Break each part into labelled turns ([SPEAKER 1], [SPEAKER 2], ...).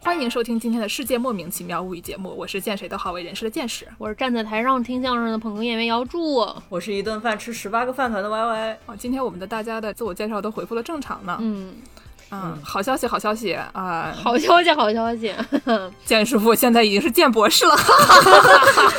[SPEAKER 1] 欢迎收听今天的《世界莫名其妙物语》节目，我是见谁都好为人师的见识。
[SPEAKER 2] 我是站在台上听相声的捧哏演员 姚柱。
[SPEAKER 3] 我是一顿饭吃十八个饭团的 YY，
[SPEAKER 1] 哦，今天我们的大家的自我介绍都回复了正常呢。
[SPEAKER 2] 嗯，
[SPEAKER 1] 嗯，好消息，好消息啊！
[SPEAKER 2] 好消息，好消息，
[SPEAKER 1] 见师傅现在已经是见博士了。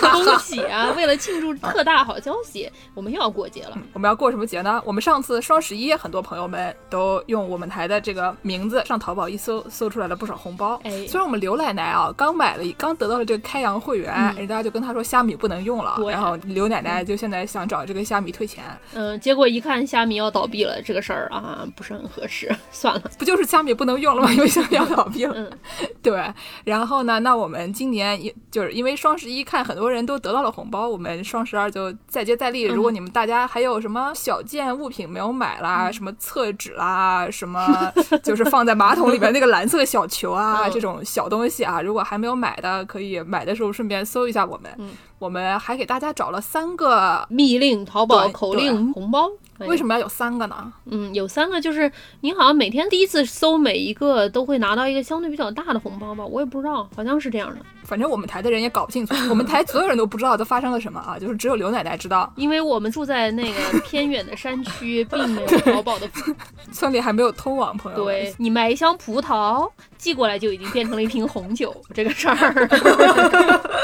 [SPEAKER 2] 恭喜啊！为了庆祝特大好消息，我们又要过节了。
[SPEAKER 1] 我们要过什么节呢？我们上次双十一，很多朋友们都用我们台的这个名字上淘宝一搜，搜出来了不少红包。
[SPEAKER 2] 哎
[SPEAKER 1] 虽然我们刘奶奶啊刚买了，刚得到了这个开阳会员，人家就跟她说虾米不能用了，
[SPEAKER 2] 嗯对
[SPEAKER 1] 然后刘奶奶就现在想找这个虾米退钱，
[SPEAKER 2] 嗯，结果一看虾米要倒闭了，这个事儿啊不是很合适， 算了。
[SPEAKER 1] 不就是虾米不能用了吗？ 因为虾米要倒闭了。
[SPEAKER 2] 嗯
[SPEAKER 1] 对，然后呢，那我们今年也就是因为双十一看很多人都得到了红包，我们双十二就再接再厉。如果你们大家还有什么小件物品没有买啦，
[SPEAKER 2] 嗯
[SPEAKER 1] 什么厕纸 啦，什么就是放在马桶里边那个蓝色小球啊，
[SPEAKER 2] 嗯
[SPEAKER 1] 这种小东西啊，如果还没有买的，可以买的时候顺便搜一下我们。
[SPEAKER 2] 嗯
[SPEAKER 1] 我们还给大家找了三个，
[SPEAKER 2] 密令、淘宝
[SPEAKER 1] 对
[SPEAKER 2] 口
[SPEAKER 1] 对
[SPEAKER 2] 令、红包，哎
[SPEAKER 1] 为什么要有三个呢？
[SPEAKER 2] 嗯，有三个，就是你好像每天第一次搜每一个都会拿到一个相对比较大的红包吧，我也不知道，好像是这样的。
[SPEAKER 1] 反正我们台的人也搞不 清楚，我们台所有人都不知道都发生了什么啊，就是只有刘奶奶知道。
[SPEAKER 2] 因为我们住在那个偏远的 山区，并没有淘宝的服务。
[SPEAKER 1] 村里还没有通网，朋友们。
[SPEAKER 2] 对你买一箱葡萄寄过来就已经变成了一瓶红酒，这个事儿。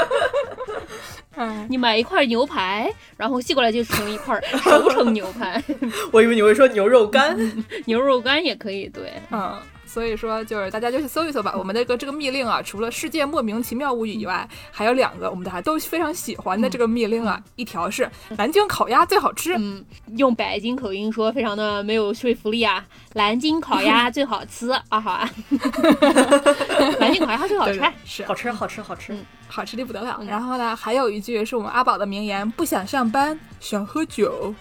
[SPEAKER 1] 嗯，
[SPEAKER 2] 你买一块牛排，然后寄过来就成一块熟成牛排，
[SPEAKER 3] 我以为你会说牛肉干，
[SPEAKER 2] 牛肉干也可以。对，
[SPEAKER 1] 嗯，所以说就是大家就去搜一搜吧。
[SPEAKER 2] 嗯
[SPEAKER 1] 我们的这个这个密令啊，除了世界莫名其妙物语以外，还有两个我们大家都非常喜欢的这个密令啊，一条是南京烤鸭最好吃，
[SPEAKER 2] 嗯，用北京口音说非常的没有说服力啊。南京烤鸭最好吃啊，好啊， 南京烤鸭最好
[SPEAKER 1] 对
[SPEAKER 2] 吃。啊
[SPEAKER 1] 对是
[SPEAKER 3] 好吃，好吃，好吃。
[SPEAKER 1] 好吃的不得了。
[SPEAKER 2] 嗯
[SPEAKER 1] 然后呢，还有一句是我们阿宝的名言：不想上班，想喝酒。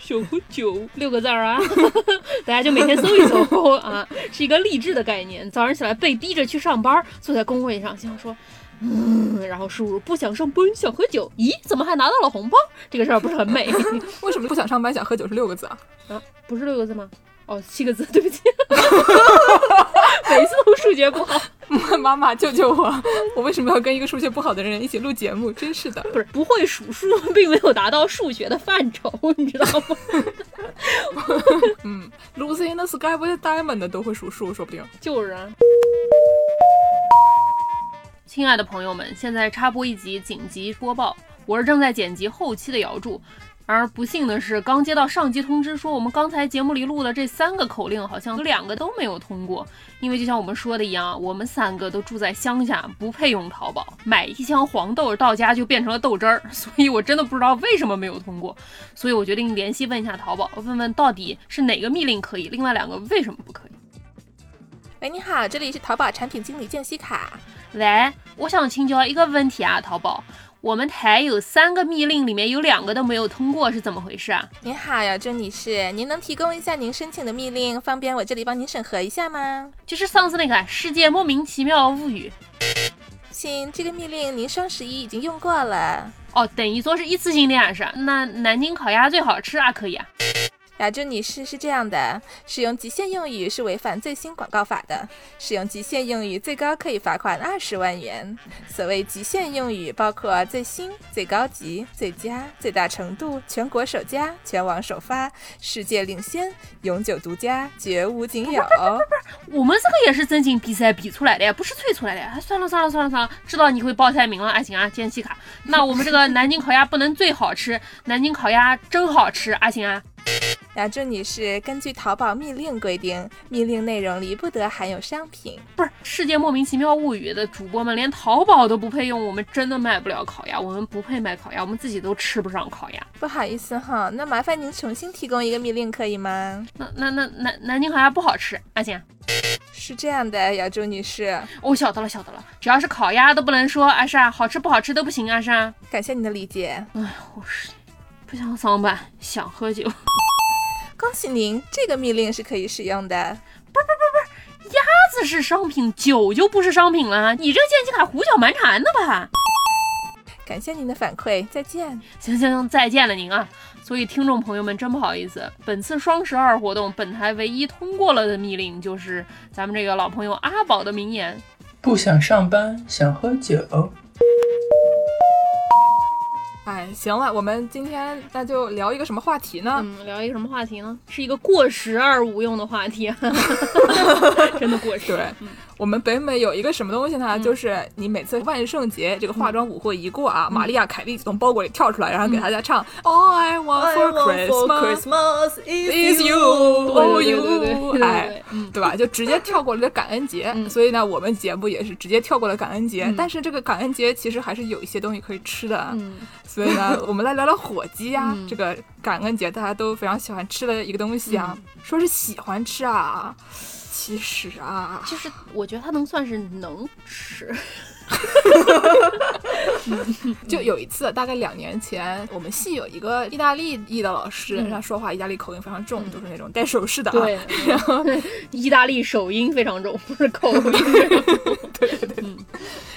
[SPEAKER 2] 想喝酒六个字儿啊， 大家就每天搜一搜啊，是一个励志的概念。早上起来被逼着去上班，坐在工位上，心想说。嗯，然后输入不想上班，想喝酒。咦，怎么还拿到了红包？这个事儿不是很美？
[SPEAKER 1] 为什么不想上班想喝酒是六个字啊？
[SPEAKER 2] 啊，不是六个字吗？哦，七个字，对不起，每次都数学不好，
[SPEAKER 1] 妈妈救救我！我为什么要跟一个数学不好的人一起录节目？真是的。
[SPEAKER 2] 不是不会数数，并没有达到数学的范畴，你知道吗？
[SPEAKER 1] 嗯，Lucy in the Sky with Diamond 都会数数，说不定。
[SPEAKER 2] 就是啊。亲爱的朋友们，现在插播一集紧急播报，我是正在剪辑后期的姚柱。然而不幸的是，刚接到上级通知说，我们刚才节目里录的这三个口令好像有两个都没有通过，因为就像我们说的一样，啊我们三个都住在乡下，不配用淘宝，买一箱黄豆到家就变成了豆汁儿， 所以我真的不知道为什么没有通过，所以我决定联系问一下淘宝，问问到底是哪个密令可以，另外两个为什么不可以。
[SPEAKER 1] 喂，哎你好，这里是淘宝产品经理见西卡。
[SPEAKER 2] 喂，我想请教一个问题啊，淘宝，我们台有三个密令，里面有两个都没有通过，是怎么回事啊？
[SPEAKER 1] 您好呀，郑女士，您能提供一下您申请的密令，方便我这里帮您审核一下吗？
[SPEAKER 2] 就是上次那个《世界莫名其妙物语
[SPEAKER 1] 亲，这个密令您双十一已经用过了。》，
[SPEAKER 2] 哦，等于说是一次性的呀，是吧？那南京烤鸭最好吃啊，可以啊。
[SPEAKER 1] 雅珍女士是这样的，使用极限用语是违反最新广告法的。使用极限用语最高可以罚款二十万元。所谓极限用语，包括最新、最高级、最佳、最大程度、全国首家、全网首发、世界领先、永久独家、绝无仅有。
[SPEAKER 2] 我们这个也是真经比赛比出来的呀，不是吹出来的呀。哎算了算了算了算了，知道你会报菜名了，爱情啊，见西卡。那我们这个南京烤鸭不能最好吃，南京烤鸭真好吃，阿行啊。
[SPEAKER 1] 雅珍女士，根据淘宝密令规定，密令内容里不得含有商品。
[SPEAKER 2] 不是《世界莫名其妙物语》的主播们连淘宝都不配用，我们真的卖不了烤鸭，我们不配卖烤鸭，我们自己都吃不上烤鸭。
[SPEAKER 1] 不好意思哈，那麻烦您重新提供一个密令可以吗？
[SPEAKER 2] 那那那南南京烤鸭不好吃，阿贤，
[SPEAKER 1] 是这样的，雅珠女士，
[SPEAKER 2] 我晓得了晓得了，只要是烤鸭都不能说阿善好吃不好吃都不行，阿善，
[SPEAKER 1] 感谢你的理解，
[SPEAKER 2] 我是不想上班，想喝酒。
[SPEAKER 1] 恭喜您，这个密令是可以使用的。
[SPEAKER 2] 鸭子是商品，酒就不是商品了，啊你这个剑气卡胡搅蛮缠的吧？
[SPEAKER 1] 感谢您的反馈，再见。
[SPEAKER 2] 行行行，再见了您啊！所以听众朋友们，真不好意思，本次双十二活动，本台唯一通过了的密令就是咱们这个老朋友阿宝的名言：
[SPEAKER 4] 不想上班，想喝酒。
[SPEAKER 1] 哎，行了，我们今天那就聊一个什么话题呢？
[SPEAKER 2] 嗯，聊一个什么话题呢？是一个过时而无用的话题， 真的过时。
[SPEAKER 1] 对
[SPEAKER 2] 嗯
[SPEAKER 1] 我们北美有一个什么东西呢？就是你每次万圣节这个化妆舞会一过啊，玛利亚凯莉就从包裹里跳出来，然后给大家唱、All 嗯 I Want for
[SPEAKER 3] I want for
[SPEAKER 1] Christmas
[SPEAKER 3] Christmas
[SPEAKER 1] is
[SPEAKER 3] is
[SPEAKER 1] you,
[SPEAKER 3] you。
[SPEAKER 1] oh
[SPEAKER 2] 对对对对
[SPEAKER 1] you，
[SPEAKER 2] 对对
[SPEAKER 1] 哎
[SPEAKER 2] 对，嗯，
[SPEAKER 1] 对吧？就直接跳过了这感恩节，
[SPEAKER 2] 嗯
[SPEAKER 1] 所以呢，我们节目也是直接跳过了感恩节。
[SPEAKER 2] 嗯
[SPEAKER 1] 但是这个感恩节其实还是有一些东西可以吃的，啊
[SPEAKER 2] 嗯
[SPEAKER 1] 所以 呢，我们来聊聊火鸡呀、
[SPEAKER 2] 嗯
[SPEAKER 1] 这个感恩节大家都非常喜欢吃的一个东西啊，
[SPEAKER 2] 嗯
[SPEAKER 1] 说是喜欢吃啊，其实啊，
[SPEAKER 2] 就是我觉得它能算是能吃，
[SPEAKER 1] 就有一次，大概两年前，我们系有一个意大利裔的老师，
[SPEAKER 2] 嗯
[SPEAKER 1] 他说话意大利口音非常重，
[SPEAKER 2] 嗯
[SPEAKER 1] 就是那种带手势的、啊。
[SPEAKER 2] 对，啊 意大利手音非常重，不是口音。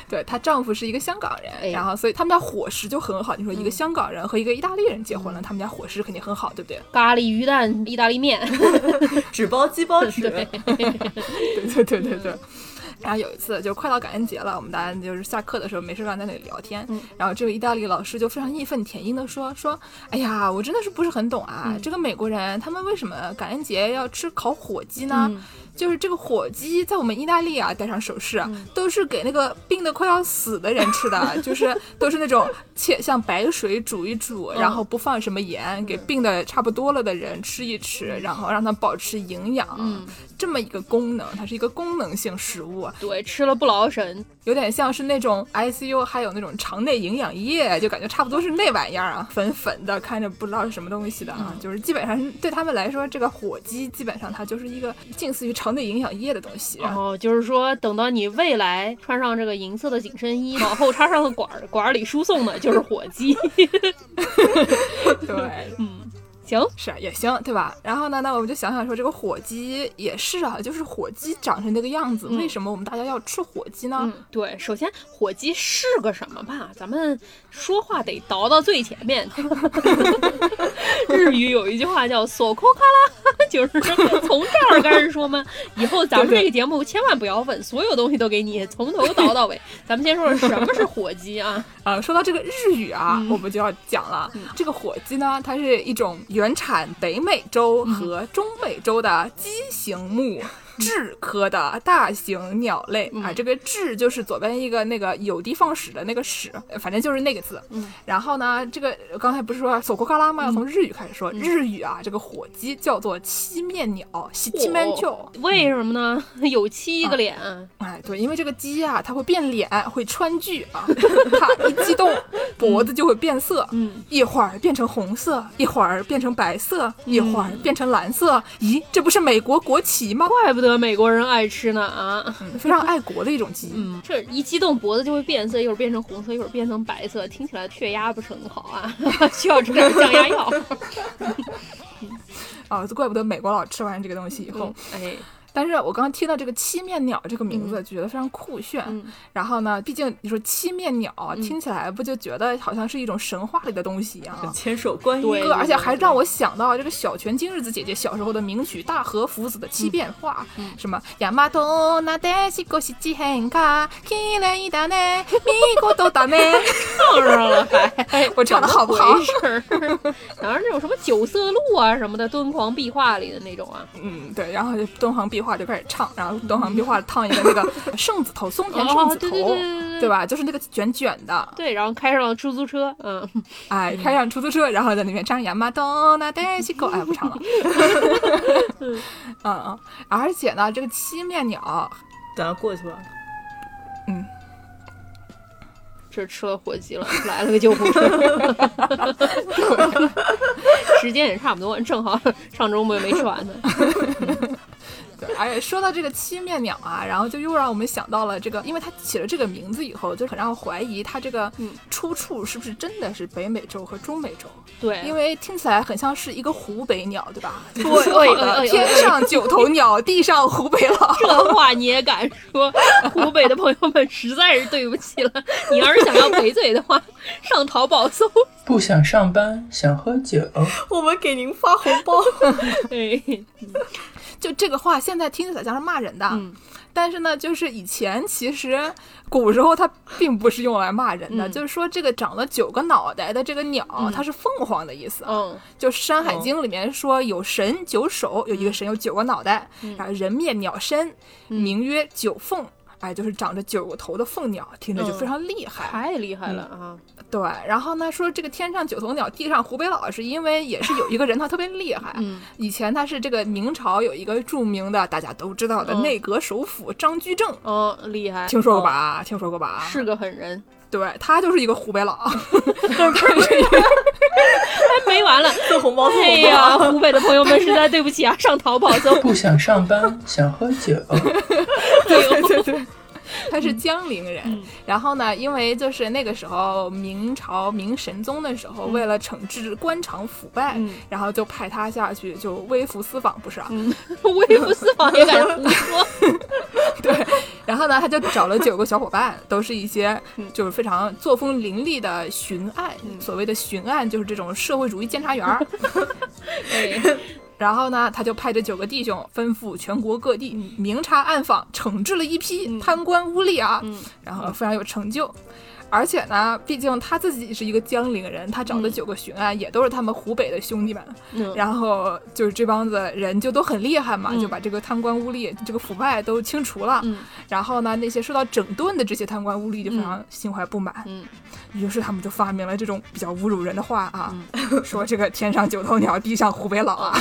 [SPEAKER 1] 对，她丈夫是一个香港人，
[SPEAKER 2] 哎
[SPEAKER 1] 然后所以他们家伙食就很好。你说一个
[SPEAKER 2] 嗯
[SPEAKER 1] 香港人和一个意大利人结婚了，他们家伙食肯定很好，对不对？
[SPEAKER 2] 咖喱鱼蛋意大利面，
[SPEAKER 3] 纸包鸡包 纸，
[SPEAKER 2] 对，
[SPEAKER 1] 对对对对对。嗯然后有一次就快到感恩节了，我们大家就是下课的时候没事干在那里聊天，
[SPEAKER 2] 嗯
[SPEAKER 1] 然后这位意大利老师就非常义愤填膺的说说，哎呀，我真的是不是很懂啊，
[SPEAKER 2] 嗯
[SPEAKER 1] 这个美国人他们为什么感恩节要吃烤火鸡呢？
[SPEAKER 2] 嗯
[SPEAKER 1] 就是这个火鸡在我们意大利啊，戴上手饰
[SPEAKER 2] 嗯
[SPEAKER 1] 啊，都是给那个病得快要死的人吃 的，啊就是都是那种切像白水煮一煮，
[SPEAKER 2] 嗯
[SPEAKER 1] 然后不放什么盐，给病得差不多了的人吃一吃，然后让它保持营养，啊
[SPEAKER 2] 嗯，
[SPEAKER 1] 这么一个功能，它是一个功能性食物，啊
[SPEAKER 2] 对，吃了不劳神，
[SPEAKER 1] 有点像是那种 ICU 还有那种肠内营养液，就感觉差不多是那玩意儿啊，粉粉的，看着不知道是什么东西的
[SPEAKER 2] 嗯
[SPEAKER 1] 啊，就是基本上是对他们来说，这个火鸡基本上它就是一个近似于肠内营养液的东西，啊
[SPEAKER 2] 然后哦就是说，等到你未来穿上这个银色的紧身衣，往后插上个管儿，管儿里输送的就是火鸡。
[SPEAKER 1] 对，
[SPEAKER 2] 嗯，行，
[SPEAKER 1] 是也行，对吧？然后呢，那我们就想想说，这个火鸡也是啊，就是火鸡长成这个样子，
[SPEAKER 2] 嗯
[SPEAKER 1] 为什么我们大家要吃火鸡呢？
[SPEAKER 2] 嗯，对，首先火鸡是个什么吧？咱们说话得倒到最前面。 日语有一句话叫“索扣卡拉”， 就是从这儿开始说嘛。以后咱们这个节目千万不要问，所有东西都给你从头倒到尾。咱们先说说什么是火鸡 啊？
[SPEAKER 1] 啊，说到这个日语啊，
[SPEAKER 2] 嗯
[SPEAKER 1] 我们就要讲了。这个火鸡呢，它是一种原产北美洲和中美洲的鸡形目。雉科的大型鸟类、啊，
[SPEAKER 2] 嗯
[SPEAKER 1] 这个雉就是左边一个那个有的放矢的那个矢，呃反正就是那个字。
[SPEAKER 2] 嗯
[SPEAKER 1] 然后呢，这个刚才不是说索库卡拉吗？要从日语开始说，日语啊，这个火鸡叫做七面鸟，
[SPEAKER 2] 哦
[SPEAKER 1] 西七面鸟。
[SPEAKER 2] 为什么呢？ 有七个脸，
[SPEAKER 1] 哎，对，因为这个鸡啊，它会变脸，会川剧啊， 它一激动脖子就会变色，
[SPEAKER 2] 嗯，
[SPEAKER 1] 一会儿变成红色，一会儿变成白色，一会
[SPEAKER 2] 嗯
[SPEAKER 1] 儿变成蓝色。咦，这不是美国国旗吗？
[SPEAKER 2] 怪不得美国人爱吃呢啊！
[SPEAKER 1] 嗯非常爱国的一种鸡。
[SPEAKER 2] 嗯，这一激动脖子就会变色，一会儿变成红色，一会儿变成白色，听起来血压不是很好啊， 需要吃点降 压药。
[SPEAKER 1] 啊，就怪不得美国佬吃完这个东西以后。
[SPEAKER 2] 哎，
[SPEAKER 1] 但是我刚刚听到这个七面鸟这个名字，就觉得非常酷炫。
[SPEAKER 2] 嗯
[SPEAKER 1] 然后呢，毕竟你说七面鸟、啊听起来不就觉得好像是一种神话里的东西一样啊？
[SPEAKER 3] 千手观音
[SPEAKER 2] 哎对
[SPEAKER 1] 个，而且还让我想到这个小泉今日子姐姐小时候的名曲《大和福子的
[SPEAKER 2] 嗯
[SPEAKER 1] 七变化》，什么“亚麻多那得西过西吉很卡，きれいだね，みごとだね”，
[SPEAKER 2] 唱上了还。
[SPEAKER 1] 我唱的哎好不好？
[SPEAKER 2] 哎回事儿？ 哪儿那种什么九色鹿啊什么的，敦煌壁画里的那 种啊？
[SPEAKER 1] 嗯，对，然后就敦煌壁画就开始唱，然后敦煌壁画烫一个那 个圣子头，松田圣
[SPEAKER 2] 哦
[SPEAKER 1] 子，头，
[SPEAKER 2] 对对对对
[SPEAKER 1] 对？吧？就是那个卷卷的，
[SPEAKER 2] 对，然后开上了出租车，嗯，
[SPEAKER 1] 哎，开上出租车，然后在那边唱《亚麻东那代西 狗》，哎，不唱了。 嗯嗯，而且呢，这个七面鸟，
[SPEAKER 3] 等下过去吧。
[SPEAKER 2] 这吃了火鸡了，来了个救护 车。 时间也差不多，正好上周末没吃完呢。
[SPEAKER 1] 对，而且哎说到这个七面鸟啊，然后就又让我们想到了这个，因为它起了这个名字以后，就很让我怀疑它这个
[SPEAKER 2] 嗯
[SPEAKER 1] 出处是不是真的是北美洲和中美洲，
[SPEAKER 2] 对，
[SPEAKER 1] 因为听起来很像是一个湖北鸟，对吧？ 对
[SPEAKER 2] 哎哎哎哎
[SPEAKER 1] 天上九头鸟，地上湖北佬。
[SPEAKER 2] 这话你也敢说？湖北的朋友们实在是对不起了。你要是想要赔罪的话，上淘宝搜。
[SPEAKER 4] 不想上班，想喝酒。
[SPEAKER 3] 我们给您发红包，
[SPEAKER 2] 哎，
[SPEAKER 1] 就这个话现在听起来像是骂人的，
[SPEAKER 2] 嗯
[SPEAKER 1] 但是呢，就是以前其实古时候它并不是用来骂人的，
[SPEAKER 2] 嗯
[SPEAKER 1] 就是说这个长了九个脑袋的这个鸟，
[SPEAKER 2] 嗯
[SPEAKER 1] 它是凤凰的意思。
[SPEAKER 2] 嗯
[SPEAKER 1] 就《山海经》里面说有神九手，有一个神有九个脑袋，
[SPEAKER 2] 嗯
[SPEAKER 1] 然后人面鸟身，名曰九凤。哎，就是长着九个头的凤鸟，听着就
[SPEAKER 2] 哦
[SPEAKER 1] 非常厉害。
[SPEAKER 2] 太厉害了啊！
[SPEAKER 1] 对，然后呢，说这个天上九头鸟，地上湖北佬，是因为也是有一个人他特别厉害。
[SPEAKER 2] 嗯
[SPEAKER 1] 以前他是这个明朝有一个著名的大家都知道的
[SPEAKER 2] 嗯
[SPEAKER 1] 内阁首辅张居正，
[SPEAKER 2] 哦，厉害，
[SPEAKER 1] 听说过吧？听说过吧？
[SPEAKER 2] 哦？是个狠人，
[SPEAKER 1] 对他就是一个湖北佬。
[SPEAKER 2] 哎，没完了！
[SPEAKER 3] 送红包送
[SPEAKER 2] 哎
[SPEAKER 3] 红
[SPEAKER 2] 呀，
[SPEAKER 3] 包，
[SPEAKER 2] 湖北的朋友们，实在对不起啊，上淘宝搜。
[SPEAKER 4] 不想上班，想喝酒。
[SPEAKER 1] 对对对，他是江陵人。然后呢，因为就是那个时候明朝明神宗的时候，为了惩治官场腐败，
[SPEAKER 2] 嗯
[SPEAKER 1] 然后就派他下去就微服私访，不是啊？
[SPEAKER 2] 微服私访也敢胡说，
[SPEAKER 1] 对。然后呢，他就找了九个小伙伴，都是一些就是非常作风凌厉的巡按。所谓的巡按就是这种社会主义监察员儿。
[SPEAKER 2] 哎
[SPEAKER 1] 然后呢，他就派这九个弟兄吩咐全国各地
[SPEAKER 2] 嗯
[SPEAKER 1] 明察暗访，惩治了一批贪官污吏啊，
[SPEAKER 2] 嗯
[SPEAKER 1] 然后非常有成就。而且呢，毕竟他自己是一个江陵人，他找的九个巡按也都是他们湖北的兄弟们，
[SPEAKER 2] 嗯
[SPEAKER 1] 然后就是这帮子人就都很厉害嘛，就把这个贪官污吏、这个腐败都清除了。
[SPEAKER 2] 嗯
[SPEAKER 1] 然后呢，那些受到整顿的这些贪官污吏就非常心怀不满，
[SPEAKER 2] 嗯
[SPEAKER 1] 于是他们就发明了这种比较侮辱人的话啊，
[SPEAKER 2] 嗯
[SPEAKER 1] 说这个天上九头鸟，地上湖北佬啊，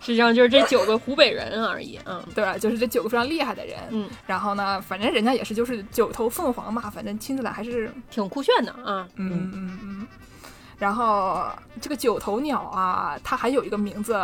[SPEAKER 2] 实际上就是这九个湖北人而已，嗯
[SPEAKER 1] 对吧？就是这九个非常厉害的人，
[SPEAKER 2] 嗯，
[SPEAKER 1] 然后呢，反正人家也是就是九头凤凰嘛，反正听起来还是
[SPEAKER 2] 挺酷炫的啊，
[SPEAKER 1] 嗯嗯嗯嗯。然后这个九头鸟啊，它还有一个名字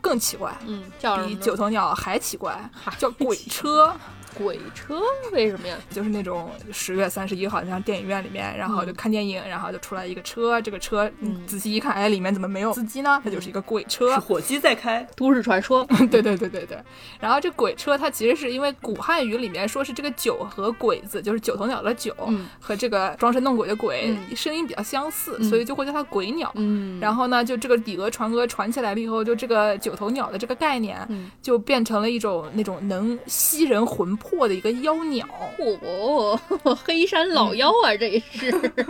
[SPEAKER 1] 更奇怪，
[SPEAKER 2] 嗯，叫什
[SPEAKER 1] 比
[SPEAKER 2] 么呢？
[SPEAKER 1] 九头鸟还奇怪
[SPEAKER 2] 还，
[SPEAKER 1] 叫鬼车，
[SPEAKER 2] 鬼车为什么呀？
[SPEAKER 1] 就是那种十月三十一号，像电影院里面，然
[SPEAKER 2] 嗯
[SPEAKER 1] 后就看电影，然后就出来一个车，这个车你仔细一看，哎，里面怎么没有司机呢？它就是一个鬼车
[SPEAKER 3] 是，火机在开，
[SPEAKER 2] 都市传说，
[SPEAKER 1] 对对对对对，然后这鬼车它其实是因为古汉语里面说是这个九和鬼字，就是九头鸟的九、
[SPEAKER 2] 嗯
[SPEAKER 1] 和这个装神弄鬼的鬼、
[SPEAKER 2] 嗯
[SPEAKER 1] 声音比较相似，
[SPEAKER 2] 嗯
[SPEAKER 1] 所以就会叫它鬼鸟。
[SPEAKER 2] 嗯
[SPEAKER 1] 然后呢，就这个以讹传讹传起来了以后，就这个九头鸟的这个概念，
[SPEAKER 2] 嗯
[SPEAKER 1] 就变成了一种那种能吸人魂魄的一个妖鸟。
[SPEAKER 2] 哦，黑山老妖啊，这也是，
[SPEAKER 1] 对，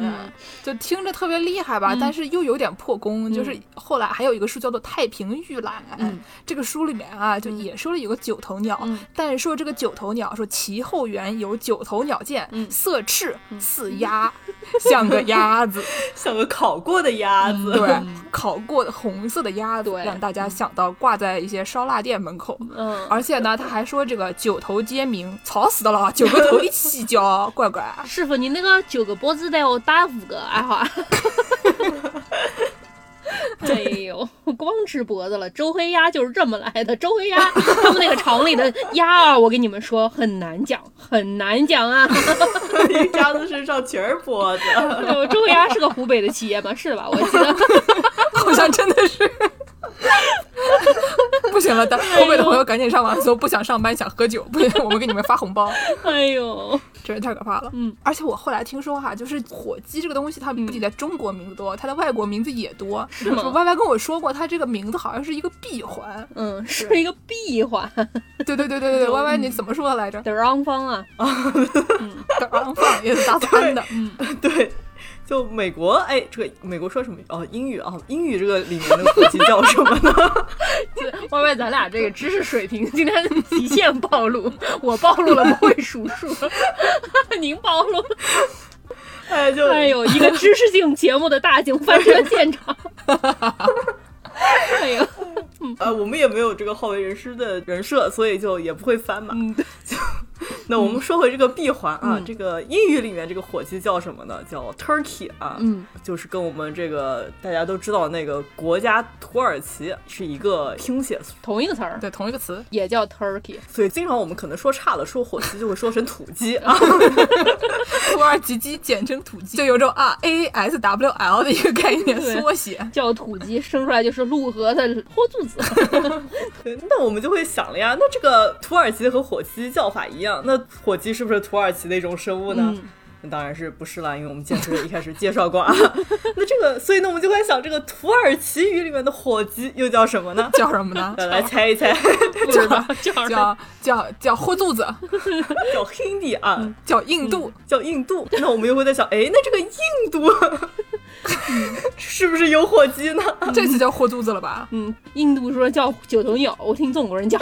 [SPEAKER 2] 嗯
[SPEAKER 1] 就听着特别厉害吧，但是又有点破功。就是后来还有一个书叫做《太平御览》，
[SPEAKER 2] 嗯
[SPEAKER 1] 这个书里面啊，就也说了有个九头鸟，
[SPEAKER 2] 嗯
[SPEAKER 1] 但是说这个九头鸟说其后缘有九头鸟见，
[SPEAKER 2] 嗯
[SPEAKER 1] 色赤似鸭， 像个鸭 子，
[SPEAKER 3] 像个烤过的鸭子，
[SPEAKER 1] 对，烤过的红色的鸭子，
[SPEAKER 2] 对
[SPEAKER 1] 让大家想到挂在一些烧腊店门口。
[SPEAKER 2] 嗯，
[SPEAKER 1] 而且呢，他还说这个九头皆鸣，吵死的 了，九个头一起叫，乖乖。
[SPEAKER 2] 师傅，你那个九个脖子带我打五个，哎好啊。哎呦，光吃脖子了。周黑鸭就是这么来的。周黑鸭他们那个厂里的鸭啊，我跟你们说很难讲，很难讲啊。
[SPEAKER 3] 鸭子身上全是脖子，
[SPEAKER 2] 哎呦周黑鸭是个湖北的企业吗？是吧？我记得。
[SPEAKER 1] 好像真的 是。不行了，大后面的
[SPEAKER 2] 哎
[SPEAKER 1] 朋友赶紧上网搜，不想上班想喝酒，不行，我们给你们发红包，
[SPEAKER 2] 哎呦，
[SPEAKER 1] 真是太可怕了。
[SPEAKER 2] 嗯，
[SPEAKER 1] 而且我后来听说哈，就是火鸡这个东西，它不仅在中国名字多，它在外国名字也多。嗯是
[SPEAKER 2] 吗
[SPEAKER 1] 歪歪跟我说过，它这个名字好像是一个闭环。
[SPEAKER 2] 嗯，是一个闭环
[SPEAKER 1] 对对对对对对，歪歪你怎么说的来 着？
[SPEAKER 2] 的 wrong 方啊。
[SPEAKER 1] 打烊放也是打餐的，嗯
[SPEAKER 3] 对。就美国，哎，这个美国说什么？哦，英语啊，英语这个里面的火鸡叫什么呢？
[SPEAKER 2] 歪歪，咱俩这个知识水平 今天极限暴露，我暴露了不会数数， 您暴露了，
[SPEAKER 3] 哎，就
[SPEAKER 2] 哎呦，一个知识性节目的大型翻车现场。 哎呦，
[SPEAKER 3] 呃，我们也没有这个好为人师的人设，所以就也不会翻嘛。
[SPEAKER 2] 嗯，
[SPEAKER 3] 那我们说回这个闭环啊，
[SPEAKER 2] 嗯
[SPEAKER 3] 这个英语里面这个火鸡叫什么呢？叫 turkey 啊，
[SPEAKER 2] 嗯，
[SPEAKER 3] 就是跟我们这个大家都知道那个国家土耳其是一个拼写，
[SPEAKER 2] 同一个词儿，
[SPEAKER 1] 对，同一个词。
[SPEAKER 2] 也叫 turkey，
[SPEAKER 3] 所以经常我们可能说差了，说火鸡就会说成土鸡啊。
[SPEAKER 1] 土耳其鸡简称土 鸡，就有种啊 A S W L 的一个概念
[SPEAKER 2] 对
[SPEAKER 1] 缩写。
[SPEAKER 2] 叫土鸡，生出来就是陆河的豁柱子。
[SPEAKER 3] 对那我们就会想了呀，那这个土耳其和火鸡叫法一样，那火鸡是不是土耳其的一种生物呢？
[SPEAKER 2] 嗯
[SPEAKER 3] 那当然是不是啦，因为我们健身一开始介 绍过啊。那这个，所以呢，我们就在想，这个土耳其语里面的火鸡又叫什么 呢？？
[SPEAKER 1] 叫什么呢
[SPEAKER 3] 来来猜一猜，
[SPEAKER 2] 不知道叫什么？
[SPEAKER 1] 叫叫叫豁肚子，
[SPEAKER 3] 叫 Hindi 啊，
[SPEAKER 1] 叫印度。
[SPEAKER 3] 叫印度。那我们又会在想，哎，那这个印度是不是有火鸡呢？
[SPEAKER 1] 这次叫豁肚子了吧？
[SPEAKER 2] 嗯，印度说叫九头鸟，我听中国人讲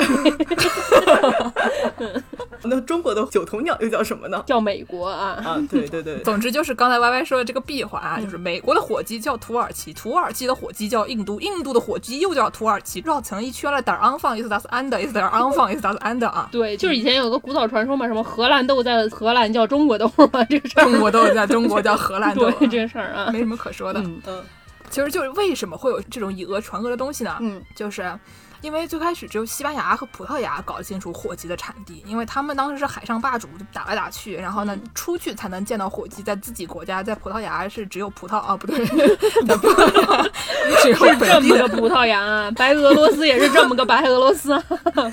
[SPEAKER 3] 那中国的九头鸟又叫什么呢？
[SPEAKER 2] 叫美国啊，
[SPEAKER 3] 啊，对对对，
[SPEAKER 1] 总之就是刚才 Y Y 说的这个闭环
[SPEAKER 2] 嗯
[SPEAKER 1] 啊，就是美国的火鸡叫土耳其，土耳其的火鸡叫印度，印度的火鸡又叫土耳其，绕成一圈了。Dar anfang ist das Ende, ist der anfang ist das Ende 啊。
[SPEAKER 2] 对，就是以前有个古早传说嘛，什么荷兰豆在荷兰叫中国豆嘛，这个事儿，
[SPEAKER 1] 中国豆在中国叫荷 兰豆啊，
[SPEAKER 2] 对这个事儿啊，
[SPEAKER 1] 没什么可说的。
[SPEAKER 2] 嗯
[SPEAKER 3] 嗯
[SPEAKER 1] 其实就是为什么会有这种以讹传讹的东西呢？
[SPEAKER 2] 嗯，
[SPEAKER 1] 就是因为最开始只有西班牙和葡萄牙搞清楚火鸡的产地，因为他们当时是海上霸主，就打来打去，然后
[SPEAKER 2] 嗯
[SPEAKER 1] 呢、出去才能见到火鸡，在自己国家，在葡萄牙是只有葡萄啊，不 对，在葡萄牙只有
[SPEAKER 2] 是这
[SPEAKER 1] 本地
[SPEAKER 2] 么
[SPEAKER 1] 的
[SPEAKER 2] 个葡萄牙啊，白俄罗斯也是这么个白俄罗斯啊，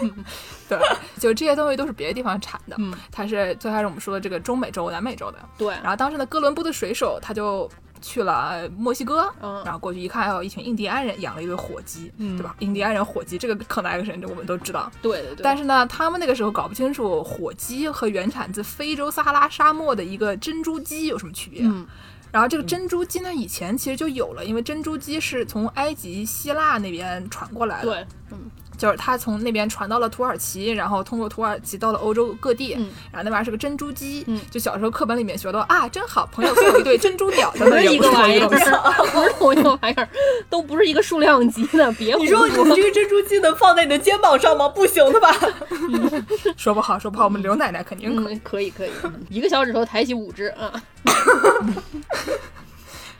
[SPEAKER 1] 对，就这些东西都是别的地方产的，
[SPEAKER 2] 嗯
[SPEAKER 1] 它是最开始我们说的这个中美洲、南美洲的。
[SPEAKER 2] 对，
[SPEAKER 1] 然后当时呢，哥伦布的水手他就去了墨西哥，
[SPEAKER 2] 嗯
[SPEAKER 1] 然后过去一看，哦还有一群印第安人养了一堆火鸡，
[SPEAKER 2] 嗯
[SPEAKER 1] 对吧？印第安人火鸡这个 connection 这我们都知道，
[SPEAKER 2] 对对对，
[SPEAKER 1] 但是呢，他们那个时候搞不清楚火鸡和原产自非洲撒哈拉沙漠的一个珍珠鸡有什么区别。啊
[SPEAKER 2] 嗯
[SPEAKER 1] 然后这个珍珠鸡呢，以前其实就有了，因为珍珠鸡是从埃及、希腊那边传过来的，
[SPEAKER 2] 对，
[SPEAKER 1] 就是它从那边传到了土耳其，然后通过土耳其到了欧洲各地，
[SPEAKER 2] 嗯
[SPEAKER 1] 然后那边是个珍珠鸡，
[SPEAKER 2] 嗯
[SPEAKER 1] 就小时候课本里面学到啊，真好，朋友送我一对珍珠鸟，等等，
[SPEAKER 2] 是
[SPEAKER 1] 也
[SPEAKER 2] 一
[SPEAKER 1] 不
[SPEAKER 2] 个
[SPEAKER 1] 是同
[SPEAKER 2] 玩
[SPEAKER 1] 一
[SPEAKER 2] 意
[SPEAKER 1] 个
[SPEAKER 2] 儿，
[SPEAKER 1] 东西。
[SPEAKER 2] 不是同一个玩意儿，都不是一个数量级的，别
[SPEAKER 3] 你
[SPEAKER 2] 胡
[SPEAKER 3] 说你这个珍珠鸡能放在你的肩膀上吗？不行的吧？
[SPEAKER 1] 说不好，说不好，我们刘奶奶肯定可以。
[SPEAKER 2] 嗯，可以可以，一个小指头抬起五只啊，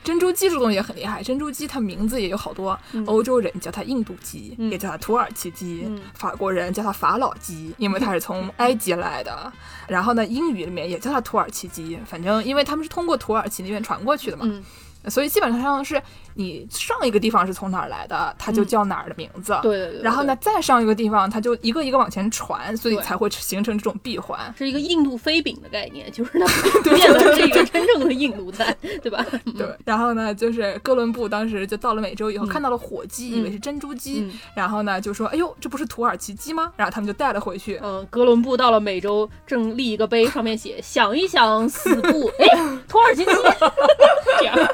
[SPEAKER 1] 珍珠鸡这东西也很厉害，珍珠鸡它名字也有好多，
[SPEAKER 2] 嗯
[SPEAKER 1] 欧洲人叫它印度鸡，也叫它土耳其鸡，法国人叫它法老鸡，因为它是
[SPEAKER 2] 嗯
[SPEAKER 1] 从埃及来的。然后呢，英语里面也叫它土耳其鸡，反正因为他们是通过土耳其那边传过去的
[SPEAKER 2] 嗯
[SPEAKER 1] 嘛，所以基本上是你上一个地方是从哪儿来的，它就叫哪儿的名字。
[SPEAKER 2] 嗯对对对对
[SPEAKER 1] 然后呢，再上一个地方，它就一个一个往前传，所以
[SPEAKER 2] 对
[SPEAKER 1] 才会形成这种闭环。
[SPEAKER 2] 是一个印度飞饼的概念，就是它变得是一个真正的印度菜，对吧？
[SPEAKER 1] 对，然后呢，就是哥伦布当时就到了美洲以后，看到了火鸡，以为是珍珠鸡，
[SPEAKER 2] 嗯
[SPEAKER 1] 然后呢就说：“哎呦，这不是土耳其鸡吗？”然后他们就带了回 去。
[SPEAKER 2] 嗯，哥伦布到了美洲，正立一个碑，上面写“想一想，死不”，哎，土耳其鸡， 这样，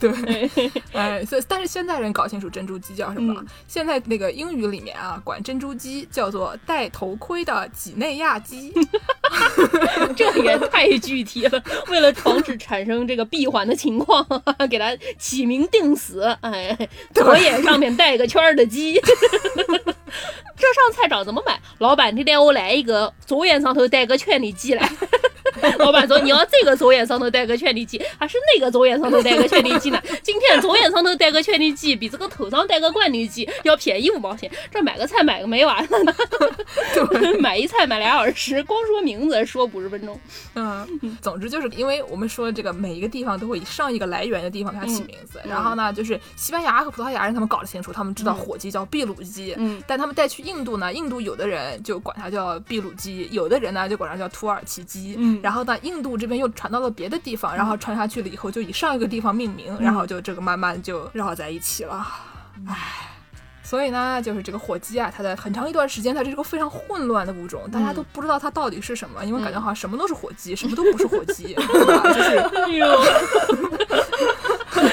[SPEAKER 1] 对，
[SPEAKER 2] 哎
[SPEAKER 1] 哎，所以但是现在人搞清楚珍珠鸡叫什么了。
[SPEAKER 2] 嗯
[SPEAKER 1] 现在那个英语里面啊，管珍珠鸡叫做戴头盔的几内亚 鸡。
[SPEAKER 2] 这也太具体了。为了防止产生这个闭环的情况， 给它起名定死，哎，左眼上面带个圈儿的鸡。 这上菜场怎么买？老板，你带我来一个左眼上头带个圈里鸡来。 老板说：“你要这个左眼上头带个圈里鸡，啊还是那个左眼上头带个圈里鸡呢？今天左眼上头带个圈里鸡，比这个头上带个冠里鸡要便宜五毛钱。这买个菜买个没完了呢，买一菜买俩小时，光说名字说五十分钟。
[SPEAKER 1] 嗯，总之就是因为我们说这个每一个地方都会以上一个来源的地方给它
[SPEAKER 2] 嗯
[SPEAKER 1] 起名字，然后呢，就是西班牙和葡萄牙人他们搞得清楚，他们知道火鸡叫秘鲁鸡，
[SPEAKER 2] 嗯
[SPEAKER 1] 但他们带去印度呢，印度有的人就管它叫秘鲁鸡，有的人呢就管它叫土耳其鸡，
[SPEAKER 2] 嗯
[SPEAKER 1] 然后呢，印度这边又传到了别的地方，然后传下去了以后就以上一个地方命名，然后就这个慢慢就绕在一起了，唉。所以呢，就是这个火鸡啊，它的很长一段时间，它是一个非常混乱的物种，大家都不知道它到底是什么，因为感觉好像什么都是火鸡，什么都不是火鸡， 对吧？就是
[SPEAKER 2] 哎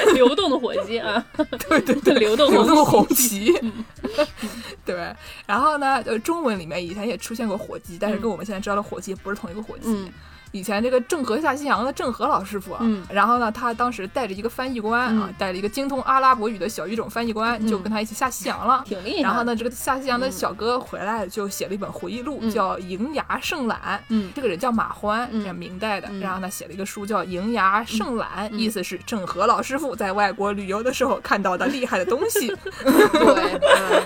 [SPEAKER 2] 呦，流动的火鸡啊，
[SPEAKER 1] 对对对，
[SPEAKER 2] 流动
[SPEAKER 1] 流
[SPEAKER 2] 火
[SPEAKER 1] 动红旗， 对。然后呢，呃，中文里面以前也出现过火鸡，但是跟我们现在知道的火鸡不是同一个火鸡。
[SPEAKER 2] 嗯
[SPEAKER 1] 以前这个郑和下西洋的郑和老师傅啊，
[SPEAKER 2] 嗯
[SPEAKER 1] 然后呢，他当时带着一个翻译官、啊
[SPEAKER 2] 嗯，
[SPEAKER 1] 带着一个精通阿拉伯语的小语种翻译官，就跟他一起下西洋了。
[SPEAKER 2] 挺厉害。
[SPEAKER 1] 然后？呢，这个下西洋的小哥回来就写了一本回忆录，
[SPEAKER 2] 嗯
[SPEAKER 1] 叫《迎牙胜览》。
[SPEAKER 2] 嗯
[SPEAKER 1] 这个人叫马欢，
[SPEAKER 2] 嗯
[SPEAKER 1] 这明代的。
[SPEAKER 2] 嗯
[SPEAKER 1] 然后呢，写了一个书叫《迎牙胜览》，
[SPEAKER 2] 嗯
[SPEAKER 1] 意思是郑和老师傅在外国旅游的时候看到的厉害的东西。
[SPEAKER 2] 对，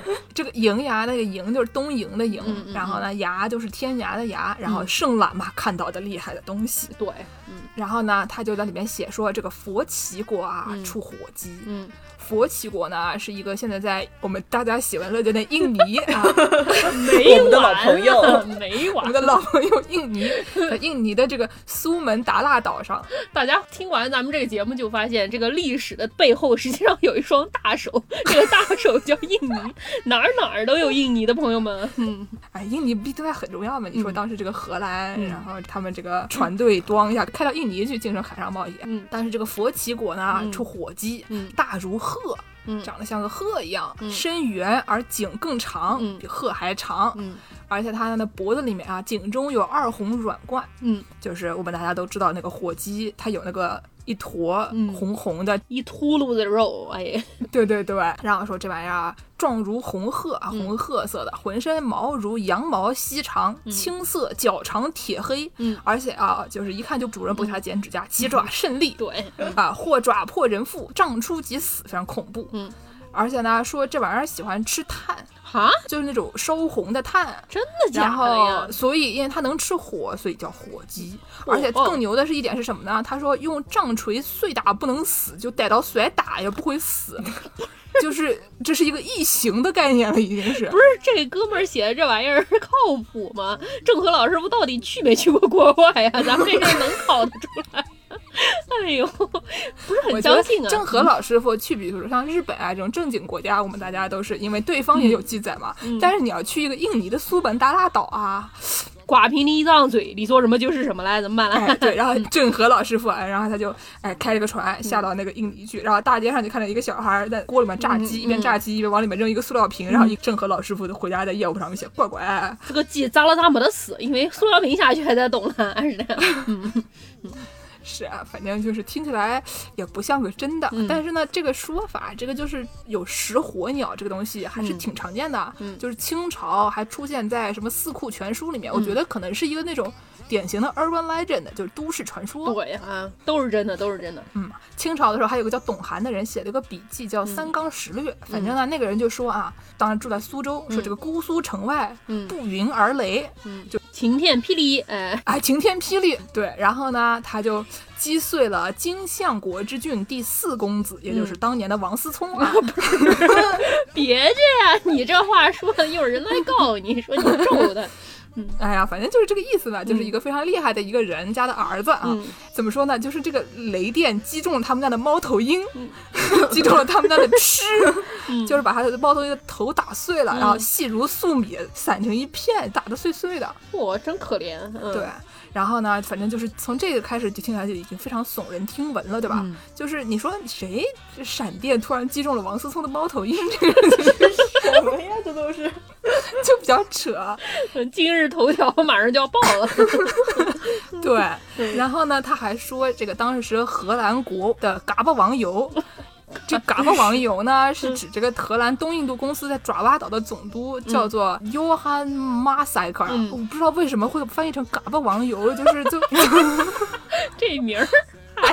[SPEAKER 2] 嗯
[SPEAKER 1] 这个迎牙那个迎就是东瀛的迎，
[SPEAKER 2] 嗯嗯嗯嗯
[SPEAKER 1] 然后呢，牙就是天涯的涯，然后胜览嘛，看到的厉害的东西。
[SPEAKER 2] 对，嗯，
[SPEAKER 1] 然后呢，他就在里面写说，这个佛奇国啊、
[SPEAKER 2] 嗯
[SPEAKER 1] 出火鸡，
[SPEAKER 2] 嗯，
[SPEAKER 1] 佛奇国呢是一个现在在我们大家喜闻乐见的印 尼 啊，
[SPEAKER 2] 没
[SPEAKER 3] 我们的老
[SPEAKER 2] 完啊
[SPEAKER 3] 朋友，
[SPEAKER 2] 没
[SPEAKER 1] 我们
[SPEAKER 2] 完。
[SPEAKER 1] 的老朋友印 尼，在印尼的这个苏门答腊岛上，
[SPEAKER 2] 大家听完咱们这个节目，就发现这个历史的背后，实际上有一双大手，这个大手叫印尼，哪儿哪儿都有印尼的朋友们。嗯，
[SPEAKER 1] 哎，印尼毕对外很重要嘛。你说
[SPEAKER 2] 嗯
[SPEAKER 1] 当时这个荷兰，
[SPEAKER 2] 嗯
[SPEAKER 1] 然后他们这个船队咣一下开到印尼去竞争海上贸易，
[SPEAKER 2] 嗯
[SPEAKER 1] 但是这个佛奇国呢、
[SPEAKER 2] 嗯
[SPEAKER 1] 出火鸡，
[SPEAKER 2] 嗯
[SPEAKER 1] 大如鹤，
[SPEAKER 2] 嗯
[SPEAKER 1] 长得像个鹤一样，
[SPEAKER 2] 嗯
[SPEAKER 1] 身圆而颈更长，
[SPEAKER 2] 嗯
[SPEAKER 1] 比鹤还长，
[SPEAKER 2] 嗯
[SPEAKER 1] 而且它的脖子里面啊，颈中有二红软冠，
[SPEAKER 2] 嗯，
[SPEAKER 1] 就是我们大家都知道那个火鸡，它有那个。一坨
[SPEAKER 2] 嗯
[SPEAKER 1] 红红的，
[SPEAKER 2] 一秃噜的肉，哎呀，
[SPEAKER 1] 对对对，然后说这玩意儿啊，状如红褐啊，
[SPEAKER 2] 嗯
[SPEAKER 1] 红褐色的，浑身毛如羊毛细长，
[SPEAKER 2] 嗯
[SPEAKER 1] 青色，脚长铁黑，
[SPEAKER 2] 嗯
[SPEAKER 1] 而且啊，就是一看就主人不给它剪指甲，鸡爪甚利，
[SPEAKER 2] 对，
[SPEAKER 1] 啊，或爪破人腹，杖出即死，非常恐怖。
[SPEAKER 2] 嗯，
[SPEAKER 1] 而且呢，说这玩意儿喜欢吃炭，
[SPEAKER 2] 哈，
[SPEAKER 1] 就是那种烧红的炭。
[SPEAKER 2] 真的
[SPEAKER 1] 然
[SPEAKER 2] 假的呀嗯
[SPEAKER 1] 后，？所以因为它能吃火，所以叫火鸡。
[SPEAKER 2] 火
[SPEAKER 1] 而且更牛的是一点是什么呢？他说用杖锤碎打不能死，就逮到甩打也不会 死，就是这是一个异形的概念了，已经是
[SPEAKER 2] 不。是这哥们儿写的这玩意儿靠谱吗？ 郑和老师傅到底去没去过国外呀？啊 咱们这事儿能考得出来？ 哎呦，不是
[SPEAKER 1] 我
[SPEAKER 2] 很
[SPEAKER 1] 觉得
[SPEAKER 2] 相信啊。
[SPEAKER 1] 郑和老师傅去，比如说像日本啊这种正经国家，我们大家都是因为对方也
[SPEAKER 2] 嗯
[SPEAKER 1] 有记载嘛。但是你要去一个印尼的苏门答腊岛啊，
[SPEAKER 2] 寡平你一张嘴，你说什么就是什么来，怎么办来？
[SPEAKER 1] 哎，对，然后郑和老师傅，哎然后他就哎开了个船下到那个印尼去，然后大街上就看到一个小孩儿在锅里面炸
[SPEAKER 2] 嗯
[SPEAKER 1] 鸡，一边炸鸡一边往里面扔一个塑料瓶，然后一郑和老师傅就回家在业务上面写哎乖乖，
[SPEAKER 2] 这个鸡扎了它没得死，因为塑料瓶下去还在动了，是 的。
[SPEAKER 1] 是啊，反正就是听起来也不像个真的，
[SPEAKER 2] 嗯
[SPEAKER 1] 但是呢，这个说法，这个就是有食火鸟这个东西还是
[SPEAKER 2] 嗯
[SPEAKER 1] 挺常见的，
[SPEAKER 2] 嗯
[SPEAKER 1] 就是清朝还出现在什么《四库全书》里面，我
[SPEAKER 2] 嗯
[SPEAKER 1] 觉得可能是一个那种典型的 urban legend，就是都市传说。
[SPEAKER 2] 对啊，都是真的，都是真的。
[SPEAKER 1] 嗯，清朝的时候还有个叫董涵的人写了个笔记叫《三纲十略》，反正呢，那个人就说啊，当时住在苏州，说这个姑苏城外
[SPEAKER 2] 嗯
[SPEAKER 1] 不云而雷，
[SPEAKER 2] 晴天霹雳，哎，
[SPEAKER 1] 哎，晴天霹雳。对，然后呢，他就击碎了金相国之郡第四公子，也就是当年的王思聪啊。
[SPEAKER 2] 别这样，你这话说的，一会儿人来告你，说你咒 的。
[SPEAKER 1] 哎呀，反正就是这个意思吧，就是一个非常厉害的一个人家的儿子啊。
[SPEAKER 2] 嗯
[SPEAKER 1] 怎么说呢？就是这个雷电击中了他们家的猫头鹰，
[SPEAKER 2] 嗯
[SPEAKER 1] 击中了他们家的 吃，就是把他的猫头鹰的头打碎
[SPEAKER 2] 嗯
[SPEAKER 1] 了，然后细如粟米散成一片，打得碎碎的。
[SPEAKER 2] 我真可怜。嗯、
[SPEAKER 1] 对，，然后呢，反正就是从这个开始就听起来就已经非常耸人听闻了，对吧？
[SPEAKER 2] 嗯
[SPEAKER 1] 就是你说谁这闪电突然击中了王思聪的猫头鹰，这个
[SPEAKER 3] 什么呀？这都是
[SPEAKER 1] 就比较扯。啊
[SPEAKER 2] 今日头条马上就要爆了。
[SPEAKER 1] 对，然后呢，他还说这个当时荷兰国的嘎巴王油。 这嘎巴王油
[SPEAKER 2] 嗯
[SPEAKER 1] 呢，是指这个荷兰东印度公司在爪哇岛的总督，叫做 Johan Masaker、
[SPEAKER 2] 嗯
[SPEAKER 1] 我不知道为什么会翻译成嘎巴王油，就是 就
[SPEAKER 2] 这名儿。嗨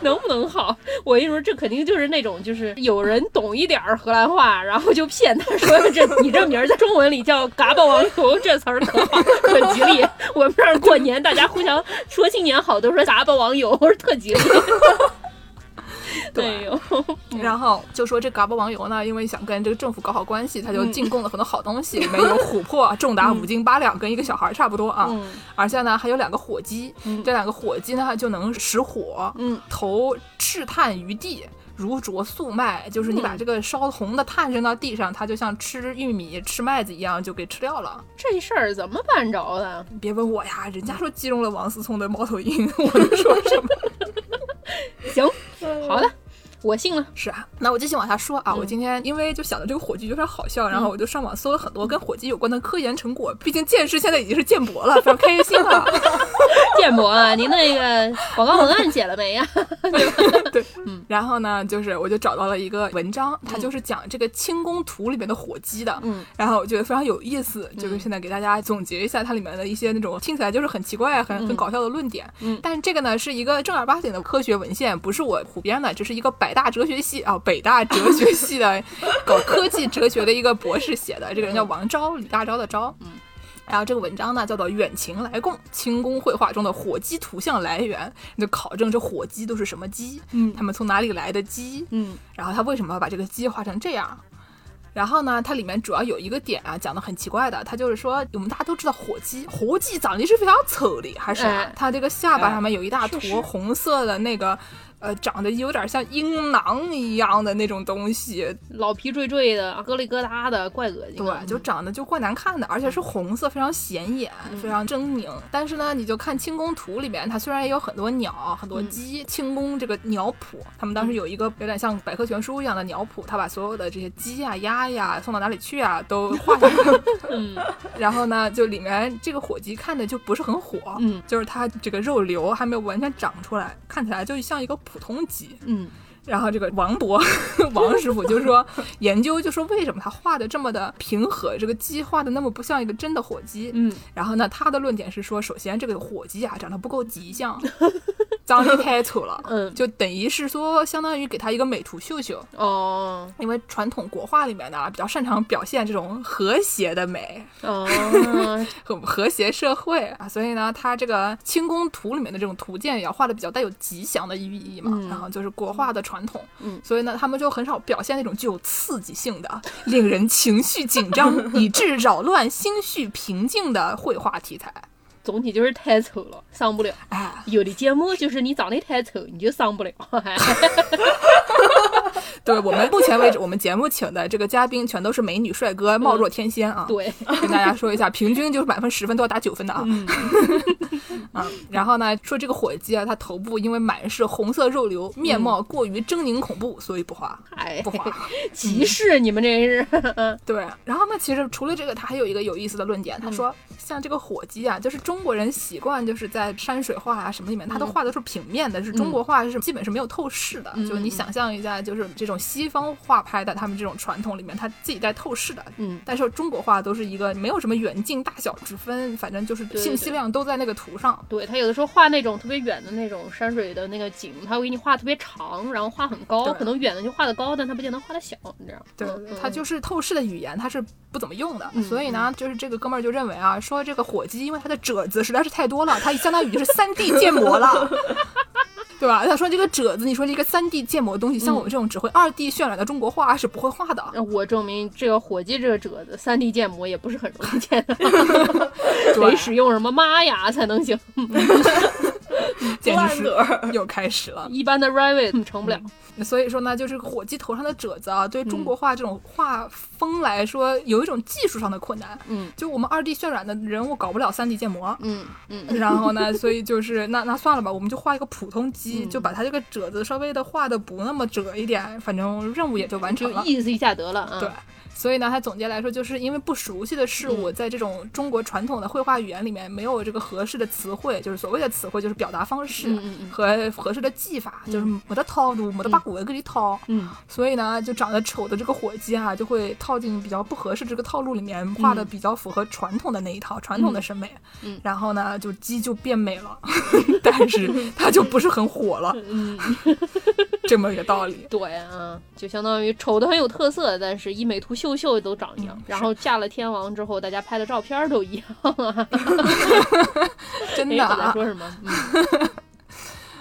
[SPEAKER 2] 能不能好？我跟你说，这肯定就是那种，就是有人懂一点儿荷兰话，然后就骗他说这你这名儿在中文里叫“嘎巴王油”，这词儿可好，可吉利。我们这儿过年大家互相说新年好，都说“嘎巴王油”，特吉利。哎
[SPEAKER 1] 对。
[SPEAKER 2] 呦，
[SPEAKER 1] 然后就说这嘎巴王油呢，因为想跟这个政府搞好关系，他就
[SPEAKER 2] 嗯
[SPEAKER 1] 进贡了很多好东西，里面 有琥珀，重达五斤八两，跟一个小孩儿差不多啊。
[SPEAKER 2] 嗯
[SPEAKER 1] 而且呢，还有两个火鸡，
[SPEAKER 2] 嗯
[SPEAKER 1] 这两个火鸡呢就能使火，
[SPEAKER 2] 嗯
[SPEAKER 1] 头赤炭于地。如灼素麦，就是你把
[SPEAKER 2] 嗯
[SPEAKER 1] 这个烧红的炭扔到地上，它就像吃玉米、吃麦子一样，就给吃掉了。
[SPEAKER 2] 这事儿怎么办着的？
[SPEAKER 1] 别问我呀，人家说击中了王思聪的猫头鹰， 我能说什么？
[SPEAKER 2] 行，好的，我信了。
[SPEAKER 1] 是啊，那我继续往下说
[SPEAKER 2] 嗯
[SPEAKER 1] 啊。我今天因为就想到这个火鸡有点好笑，然后我就上网搜了很多跟火鸡有关的科研成果。毕竟剑师现在已经是剑博了，非常开心啊。
[SPEAKER 2] 建博啊，您那个广告文案写了没呀？
[SPEAKER 1] 对，然后呢，就是我就找到了一个文章，它就是讲这个《清宫图》里面的火鸡的。
[SPEAKER 2] 嗯，
[SPEAKER 1] 然后我觉得非常有意思，就是现在给大家总结一下它里面的一些那种听起来就是很奇怪、很很搞笑的论点。
[SPEAKER 2] 嗯
[SPEAKER 1] 但是这个呢是一个正儿八经的科学文献，不是我胡编的，这是一个百大哲学系啊，北大哲学系的搞科技哲学的一个博士写的，这个人叫王昭，李大钊的钊。嗯。然后这个文章呢叫做《远秦来贡：清宫绘画中的火鸡图像来源》，就考证这火鸡都是什么鸡，
[SPEAKER 2] 嗯
[SPEAKER 1] 他们从哪里来的鸡，
[SPEAKER 2] 嗯
[SPEAKER 1] 然后他为什么要把这个鸡画成这样？然后呢，它里面主要有一个点啊，讲的很奇怪的，它就是说，我们大家都知道火鸡，火鸡长得是非常丑的，还是啥、
[SPEAKER 2] 哎
[SPEAKER 1] 它这个下巴上面有一大坨
[SPEAKER 2] 是是
[SPEAKER 1] 红色的那个，呃，长得有点像阴囊一样的那种东西，
[SPEAKER 2] 老皮坠坠的，啊疙里疙瘩的，怪恶心。啊
[SPEAKER 1] 对，就长得就怪难看的，而且是红色，非常显眼，非常狰狞。但是呢，你就看清宫图里面，它虽然也有很多鸟、很多鸡，清宫这个鸟谱，他们当时有一个有点像百科全书一样的鸟谱，他把所有的这些鸡呀、鸭呀送到哪里去啊都画下来。
[SPEAKER 2] 嗯
[SPEAKER 1] 然后呢，就里面这个火鸡看的就不是很火，
[SPEAKER 2] 嗯
[SPEAKER 1] 就是它这个肉瘤还没有完全长出来，看起来就像一个普通鸡。
[SPEAKER 2] 嗯
[SPEAKER 1] 然后这个王勃， 王师傅就说 研究，就说为什么他画的这么的平和，这个鸡画的那么不像一个真的火鸡。
[SPEAKER 2] 嗯，
[SPEAKER 1] 然后呢，他的论点是说，首先这个火鸡啊长得不够吉祥，长得太丑了，
[SPEAKER 2] 嗯
[SPEAKER 1] 就等于是说相当于给他一个美图秀秀。
[SPEAKER 2] 哦
[SPEAKER 1] 因为传统国画里面呢，比较擅长表现这种和谐的美，
[SPEAKER 2] 哦，
[SPEAKER 1] 很 和谐社会啊，所以呢，它这个清宫图里面的这种图鉴也要画的比较带有吉祥的寓意嘛，
[SPEAKER 2] 嗯
[SPEAKER 1] 然后就是国画的传统，
[SPEAKER 2] 嗯
[SPEAKER 1] 所以呢，他们就很少表现那种具有刺激性的、令人情绪紧张 以致扰乱心绪平静的绘画题材。
[SPEAKER 2] 总体就是太丑了，上不了。
[SPEAKER 1] 哎，
[SPEAKER 2] 有的节目就是你长得太丑，你就上不了。
[SPEAKER 1] 对我们目前为止，我们节目请的这个嘉宾全都是美女帅哥，貌若天仙啊。
[SPEAKER 2] 对，
[SPEAKER 1] 跟大家说一下，平均就是满分十分都要打九分的啊。 啊，然后呢，说这个火鸡啊，它头部因为满是红色肉瘤，面貌过于狰狞恐怖，所以不画，
[SPEAKER 2] 哎
[SPEAKER 1] 不，嗯画。
[SPEAKER 2] 歧视你们这是。
[SPEAKER 1] 对，然后呢，其实除了这个，他还有一个有意思的论点，他说像这个火鸡啊，就是中国人习惯就是在山水画啊什么里面，他都画的是平面的，是中国画是基本是没有透视的，就是你想象一下，就是这种西方画派的他们这种传统里面，他自己带透视的，
[SPEAKER 2] 嗯
[SPEAKER 1] 但是中国画都是一个没有什么远近大小之分，反正就是
[SPEAKER 2] 对
[SPEAKER 1] 信息量都在那个图上。
[SPEAKER 2] 对他有的时候画那种特别远的那种山水的那个景，他会给你画特别长，然后画很高，
[SPEAKER 1] 对
[SPEAKER 2] 可能远的就画的高，但他不见得画的小，你知道吗？
[SPEAKER 1] 对
[SPEAKER 2] 嗯，
[SPEAKER 1] 它就是透视的语言，它是不怎么用的。所以呢，就是这个哥们儿就认为啊，说这个火鸡，因为它的褶子实在是太多了，它相当 于就是三 D 建模了。对吧？他说这个褶子，你说这个三 D 建模的东西，
[SPEAKER 2] 嗯
[SPEAKER 1] 像我们这种只会二 D 渲染的中国画是不会画的。
[SPEAKER 2] 那我证明这个火鸡这个褶子，三 D 建模也不是很容易建 的，
[SPEAKER 1] 对
[SPEAKER 2] 得使用什么玛雅才能行，嗯
[SPEAKER 1] 简直
[SPEAKER 3] 烂
[SPEAKER 1] 是
[SPEAKER 3] 梗儿
[SPEAKER 1] 又开始了。
[SPEAKER 2] 一般的 Revit 嗯成不了。
[SPEAKER 1] 所以说呢，就是火鸡头上的褶子啊，对
[SPEAKER 2] 嗯
[SPEAKER 1] 中国画这种画风来说，有一种技术上的困难。
[SPEAKER 2] 嗯，
[SPEAKER 1] 就我们二 D 渲染的人物搞不了三 D 建 模。
[SPEAKER 2] 嗯嗯
[SPEAKER 1] 然后呢，所以就是那那算了吧，我们就画一个普通鸡，
[SPEAKER 2] 嗯
[SPEAKER 1] 就把它这个褶子稍微的画的不那么褶一点，反正任务也就完
[SPEAKER 2] 就
[SPEAKER 1] 成了。
[SPEAKER 2] 意思一下得了啊。
[SPEAKER 1] 对，所以呢，他总结来说，就是因为不熟悉的事
[SPEAKER 2] 嗯
[SPEAKER 1] 物，在这种中国传统的绘画语言里面，没有这个合适的词汇，就是所谓的词汇，就是表达方式
[SPEAKER 2] 嗯嗯
[SPEAKER 1] 和合适的技法，就是没得套路，没得把骨给你套。
[SPEAKER 2] 嗯
[SPEAKER 1] 所以呢，就长得丑的这个火鸡啊，就会套进比较不合适这个套路里面，画的比较符合传统的那一套、传统的审美。
[SPEAKER 2] 嗯
[SPEAKER 1] 然后呢，就鸡就变美了， 但是它就不是很火了，
[SPEAKER 2] 嗯，
[SPEAKER 1] 这么一个道理。
[SPEAKER 2] 对啊，就相当于丑的很有特色，但是一美图秀秀都长一
[SPEAKER 1] 嗯
[SPEAKER 2] 样，然后嫁了天王之后，大家拍的照片儿都一样。
[SPEAKER 1] 真
[SPEAKER 2] 没
[SPEAKER 1] 的、
[SPEAKER 2] 我在
[SPEAKER 1] 啊，
[SPEAKER 2] 说什么？嗯。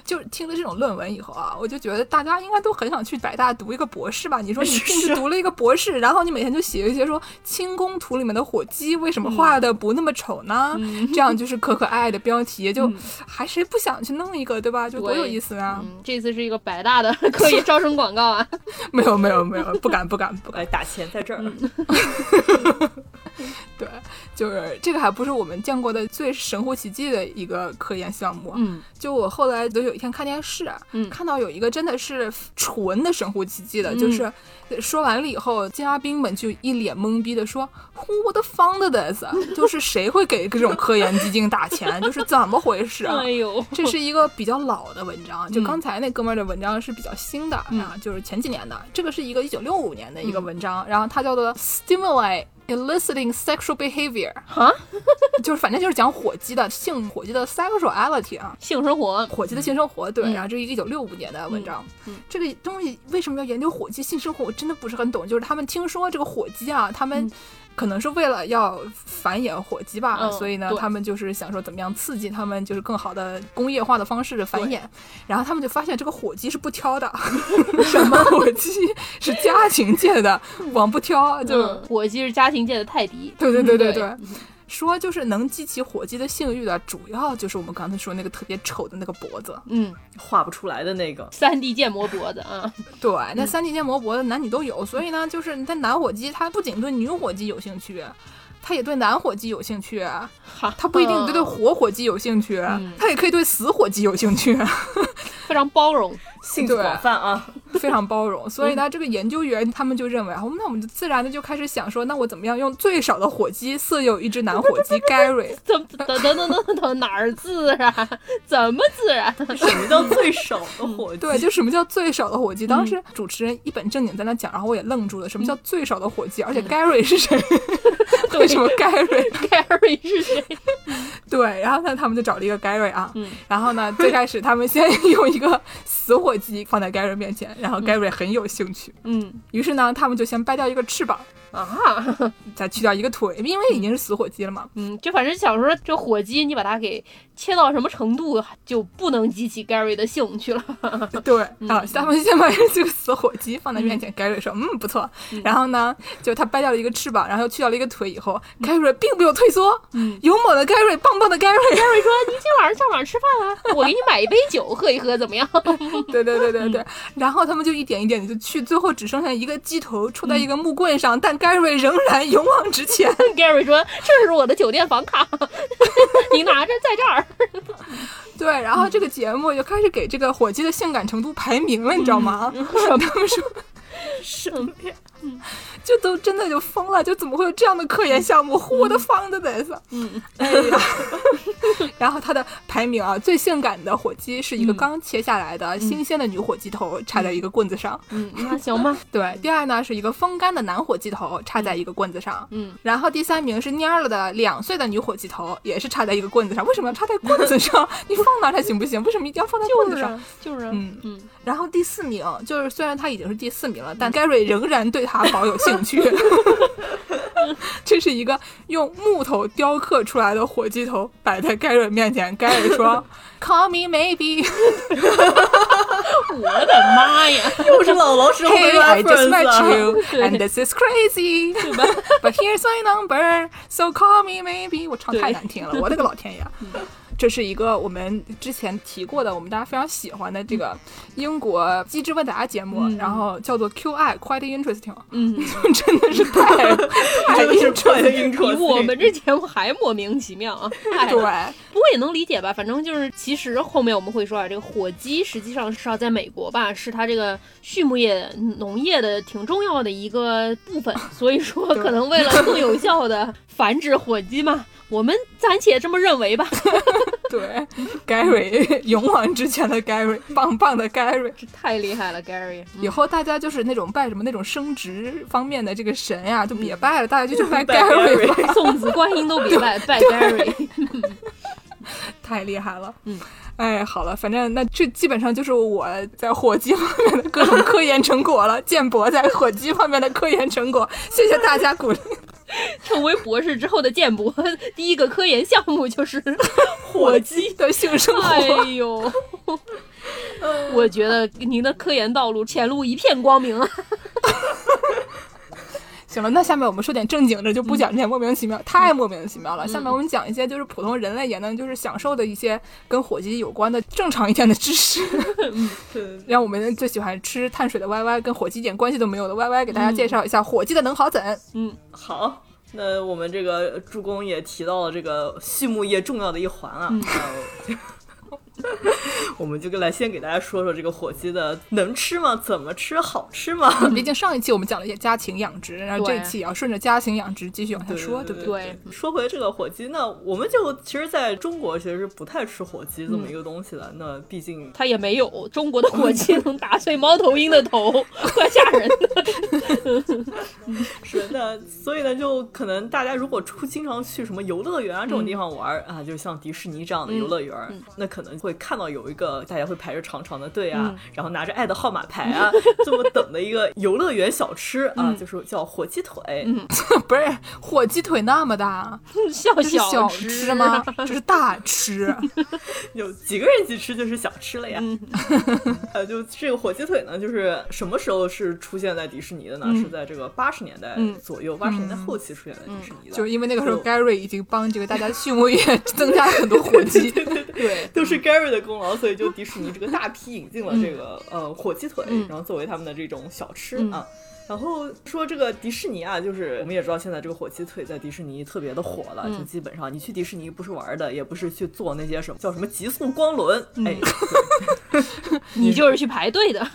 [SPEAKER 1] 就是听了这种论文以后啊，我就觉得大家应该都很想去北大读一个博士吧？你说你进去读了一个博士，然后你每天就写一些说清宫图里面的火鸡为什么画的不那么丑呢？这样就是可可爱爱的标题，就还谁不想去弄一个，对吧？就多有
[SPEAKER 2] 对
[SPEAKER 1] 意思 啊！
[SPEAKER 2] 嗯，这次是一个百大的 可以招生广告 啊。
[SPEAKER 1] 没有没有没有，不敢不敢不敢。
[SPEAKER 3] 哎，打钱在这儿，
[SPEAKER 1] 对，就是这个还不是我们见过的最神乎其技的一个科研项目。啊
[SPEAKER 2] 嗯，
[SPEAKER 1] 就我后来就有一天看电视，
[SPEAKER 2] 嗯
[SPEAKER 1] 看到有一个真的是纯的神乎其技的，就是说完了以后，嘉宾们就一脸懵逼的说，Who the found this？就是 谁会给这种科研基金打钱？就是怎么回事啊？
[SPEAKER 2] 哎呦，
[SPEAKER 1] 这是一个比较老的文章，就
[SPEAKER 2] 嗯
[SPEAKER 1] 刚才那哥们儿的文章是比较新的、啊，就是前几年的。这个是一个一九六五年的
[SPEAKER 2] 嗯
[SPEAKER 1] 一个文章，然后它叫做《Stimuli Eliciting Sexual Behavior》
[SPEAKER 2] 哈，
[SPEAKER 1] 就是反正就是讲火鸡的性火鸡的 sexuality 啊，
[SPEAKER 2] 性生活，
[SPEAKER 1] 火鸡的性生活。对，
[SPEAKER 2] 嗯
[SPEAKER 1] 然后这是一九六五年的文章。
[SPEAKER 2] 嗯嗯
[SPEAKER 1] 这个东西为什么要研究火鸡性生活？我真的不是很懂。就是他们听说这个火鸡啊，他们、可能是为了要繁衍火鸡吧，
[SPEAKER 2] 嗯
[SPEAKER 1] 所以呢，
[SPEAKER 2] 对
[SPEAKER 1] 他们就是想说怎么样刺激他们就是更好的工业化的方式繁衍，然后他们就发现这个火鸡是不挑 的，什么火鸡是家禽界的，王不挑就。
[SPEAKER 2] 嗯，火鸡是家庭界的泰迪。
[SPEAKER 1] 对对对对
[SPEAKER 2] 对
[SPEAKER 1] 对。说就是能激起火鸡的性欲的，主要就是我们刚才说那个特别丑的那个脖子。
[SPEAKER 2] 嗯，
[SPEAKER 3] 画不出来的那个，
[SPEAKER 2] 三 D 建模脖子啊，
[SPEAKER 1] 对，那三级建模脖子男女都有，所以呢，就是那男火鸡他不仅对女火鸡有兴趣，他也对男火鸡有兴趣，
[SPEAKER 2] 哈，
[SPEAKER 1] 他不一定
[SPEAKER 2] 嗯
[SPEAKER 1] 对对活火鸡有兴趣，
[SPEAKER 2] 嗯
[SPEAKER 1] 他也可以对死火鸡有兴趣，
[SPEAKER 2] 非常包容。
[SPEAKER 3] 兴趣广泛啊，
[SPEAKER 1] 非常包容。所以
[SPEAKER 2] 嗯
[SPEAKER 1] 呢，这个研究员他们就认为，啊，那我们就自然的就开始想说，那我怎么样用最少的火鸡色诱一只男火 鸡 Gary？
[SPEAKER 2] 怎等等等等等哪儿自然？ 怎么自然？
[SPEAKER 3] 什么叫最少的火鸡？
[SPEAKER 1] 对，就什么叫最少的火鸡？当
[SPEAKER 2] 嗯
[SPEAKER 1] 时主持人一本正经在那讲，然后我也愣住了，什么叫最少的火鸡？而且
[SPEAKER 2] 嗯
[SPEAKER 1] Gary 是 谁？为什么 Gary？
[SPEAKER 2] Gary 是谁？
[SPEAKER 1] 对，然后呢，他们就找了一个 Gary 啊，
[SPEAKER 2] 嗯
[SPEAKER 1] 然后呢，最开始他们先 用一个死火鸡放在 Gary 面前，然后 Gary 很有兴趣，
[SPEAKER 2] 嗯
[SPEAKER 1] 于是呢，他们就先掰掉一个翅膀，
[SPEAKER 2] 啊，
[SPEAKER 1] 再去掉一个腿，因为已经是死火鸡了嘛。
[SPEAKER 2] 嗯，就反正想说，这火鸡你把它给切到什么程度，就不能激起 Gary 的兴趣了。嗯
[SPEAKER 1] 对啊，他们先把这个死火鸡放在面前，Gary 说：“嗯，不错。”然后呢，就他掰掉了一个翅膀，然后又去掉了一个腿以后，Gary 并没有退缩，
[SPEAKER 2] 嗯
[SPEAKER 1] 勇猛的 Gary，棒棒的 Gary。
[SPEAKER 2] Gary 说：“你今晚上上哪儿吃饭啊？我给你买一杯酒喝一喝，怎么样
[SPEAKER 1] 对对对对对，
[SPEAKER 2] 嗯
[SPEAKER 1] 然后他们就一点一点的就去，最后只剩下一个鸡头戳
[SPEAKER 2] 嗯
[SPEAKER 1] 在一个木棍上，但 Gary 仍然勇往直前。
[SPEAKER 2] ？”Gary 说：“这是我的酒店房卡， 你拿着，在这儿。
[SPEAKER 1] 对，然后
[SPEAKER 2] 嗯
[SPEAKER 1] 这个节目就开始给这个火鸡的性感程度排名了，你知道吗？
[SPEAKER 2] 嗯
[SPEAKER 1] 他们说
[SPEAKER 3] 什么呀？
[SPEAKER 1] 就都真的就疯了，就怎么会有这样的科研项目？我的方的在上，
[SPEAKER 2] 嗯，
[SPEAKER 1] 哎呀， 然后它的排名啊，最性感的火鸡是一个
[SPEAKER 2] 嗯
[SPEAKER 1] 刚切下来的新鲜的女火鸡头插在一个棍子上，”
[SPEAKER 2] 嗯，那行吧。
[SPEAKER 1] 对，第二呢是一个风干的男火鸡头插在一个棍子上，
[SPEAKER 2] 嗯，
[SPEAKER 1] 然后第三名是蔫儿了的两岁的女火鸡头，也是插在一个棍子上。为什么要插在棍子上？ 你放哪儿它行不行？为什么一定要放在棍
[SPEAKER 2] 就
[SPEAKER 1] 子
[SPEAKER 2] 是
[SPEAKER 1] 上？
[SPEAKER 2] 啊就是啊，
[SPEAKER 1] 嗯
[SPEAKER 2] 嗯，
[SPEAKER 1] 然后第四名就是，虽然他已经是第四名了，但 Gary 仍然对他保有兴趣。 这是一个用木头雕刻出来的火鸡头摆在 Gary 面前，Gary 说 ：“Call me maybe,
[SPEAKER 2] 我的妈呀！
[SPEAKER 3] 又是姥姥生活
[SPEAKER 1] hey, I just met
[SPEAKER 3] reference 啊！
[SPEAKER 1] you, and this is crazy, but here's my number, so call me maybe。”我唱太难听了，我的个老天爷！这是一个我们之前提过的，我们大家非常喜欢的这个英国机智问答节目，然后叫做 QI Quite Interesting，
[SPEAKER 2] 嗯，
[SPEAKER 1] 真的是太太
[SPEAKER 3] 啊真的是快的
[SPEAKER 1] interesting。
[SPEAKER 3] intro，
[SPEAKER 2] 比 我们这节目还莫名其妙 啊！哎
[SPEAKER 1] 对，
[SPEAKER 2] 不过也能理解吧，反正就是，其实后面我们会说啊，这个火鸡实际上是要在美国吧，是它这个畜牧业、农业的挺重要的一个部 分，所以说
[SPEAKER 1] 对
[SPEAKER 2] 可能为了更有效的繁殖火鸡嘛，我们暂且这么认为吧。
[SPEAKER 1] 对，Gary 勇往直前的 Gary，棒棒的 Gary。
[SPEAKER 2] 这太厉害了，Gary，
[SPEAKER 1] 以后大家就是那种拜什么那种升职方面的这个神呀、就别拜了，大家就去拜
[SPEAKER 3] 拜
[SPEAKER 1] Gary 吧。
[SPEAKER 2] 送子观音都比拜拜 Gary，
[SPEAKER 1] 太厉害了。
[SPEAKER 2] 嗯，
[SPEAKER 1] 哎，好了，反正那这基本上就是我在火鸡方面的各种科研成果了。建博在火鸡方面的科研成果，谢谢大家鼓励。
[SPEAKER 2] 成为博士之后的建博第一个科研项目就是 火鸡。
[SPEAKER 1] 的性生活。
[SPEAKER 2] 哎呦， 我觉得您的科研道路前路一片光明啊！
[SPEAKER 1] 行了，那下面我们说点正经的，就不讲这些莫名其妙，太莫名其妙了。下面我们讲一些就是普通人类也能就是享受的一些跟火鸡有关的正常一点的知识，
[SPEAKER 3] 对
[SPEAKER 1] 让我们最喜欢吃碳水的 YY 跟火鸡一点关系都没有的 YY 给大家介绍一下火鸡的能 好怎。
[SPEAKER 3] 好，那我们这个助攻也提到了这个畜牧业重要的一环啊，那
[SPEAKER 1] 嗯
[SPEAKER 3] 我我们就来先给大家说说这个火鸡的能吃吗？怎么吃？好吃吗？
[SPEAKER 1] 毕竟上一期我们讲了一些家禽养殖，然后这
[SPEAKER 2] 对
[SPEAKER 1] 一期也要顺着家禽养殖继续往下说，对不对？
[SPEAKER 2] 对
[SPEAKER 3] 说回这个火鸡，那我们就其实在中国其实是不太吃火鸡这
[SPEAKER 1] 嗯
[SPEAKER 3] 么一个东西的。那毕竟
[SPEAKER 2] 他也没有中国的火鸡能打碎猫头鹰的 头，怪吓人的。
[SPEAKER 3] 是那，所以呢，就可能大家如
[SPEAKER 2] 嗯
[SPEAKER 3] 果出经常去什么游乐园啊这种地方玩儿、啊，就像迪士尼这样的游乐园儿，那可能会看到有一个大家会排着长长的队啊，
[SPEAKER 2] 嗯
[SPEAKER 3] 然后拿着爱的号码牌啊，这么等的一个游乐园小吃啊，
[SPEAKER 2] 嗯
[SPEAKER 3] 就是叫火鸡腿。
[SPEAKER 1] 不是火鸡腿那么大，
[SPEAKER 2] 笑
[SPEAKER 1] 这是小
[SPEAKER 2] 吃
[SPEAKER 1] 吃吗？这是大 吃。
[SPEAKER 3] 有几个人一起吃就是小吃了呀。
[SPEAKER 2] 嗯
[SPEAKER 3] 呃，就这个火鸡腿呢，就是什么时候是出现在迪士尼的呢？
[SPEAKER 2] 嗯
[SPEAKER 3] 是在这个八十年代
[SPEAKER 2] 嗯
[SPEAKER 3] 左右，八十、年代后期出现在迪士尼的。
[SPEAKER 1] 就因为那个时候
[SPEAKER 3] 就
[SPEAKER 1] Gary 已经帮这个大家畜牧业增加了很多火鸡，对，
[SPEAKER 3] 都是 Gary 的功劳，所以就迪士尼这个大批引进了这个、呃火鸡腿，然后作为他们的这种小吃、
[SPEAKER 2] 嗯
[SPEAKER 3] 啊。然后说这个迪士尼啊，就是我们也知道现在这个火鸡腿在迪士尼特别的火了，就
[SPEAKER 2] 嗯
[SPEAKER 3] 基本上你去迪士尼不是玩的，也不是去坐那些什么叫什么极速光轮，
[SPEAKER 2] 嗯
[SPEAKER 3] 哎，
[SPEAKER 2] 你就是去排队的，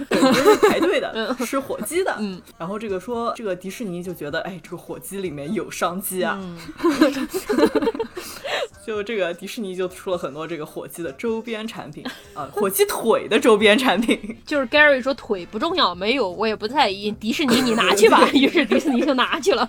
[SPEAKER 3] 排队的，吃火鸡的。
[SPEAKER 2] 嗯
[SPEAKER 3] 然后这个说这个迪士尼就觉得，哎，这个火鸡里面有商机
[SPEAKER 2] 嗯
[SPEAKER 3] 啊。就这个迪士尼就出了很多这个火鸡的周边产品啊，火鸡腿的周边产品。
[SPEAKER 2] 就是 Gary 说腿不重要，没有我也不在意，迪士尼你拿 去吧，于是迪士尼就拿去 了。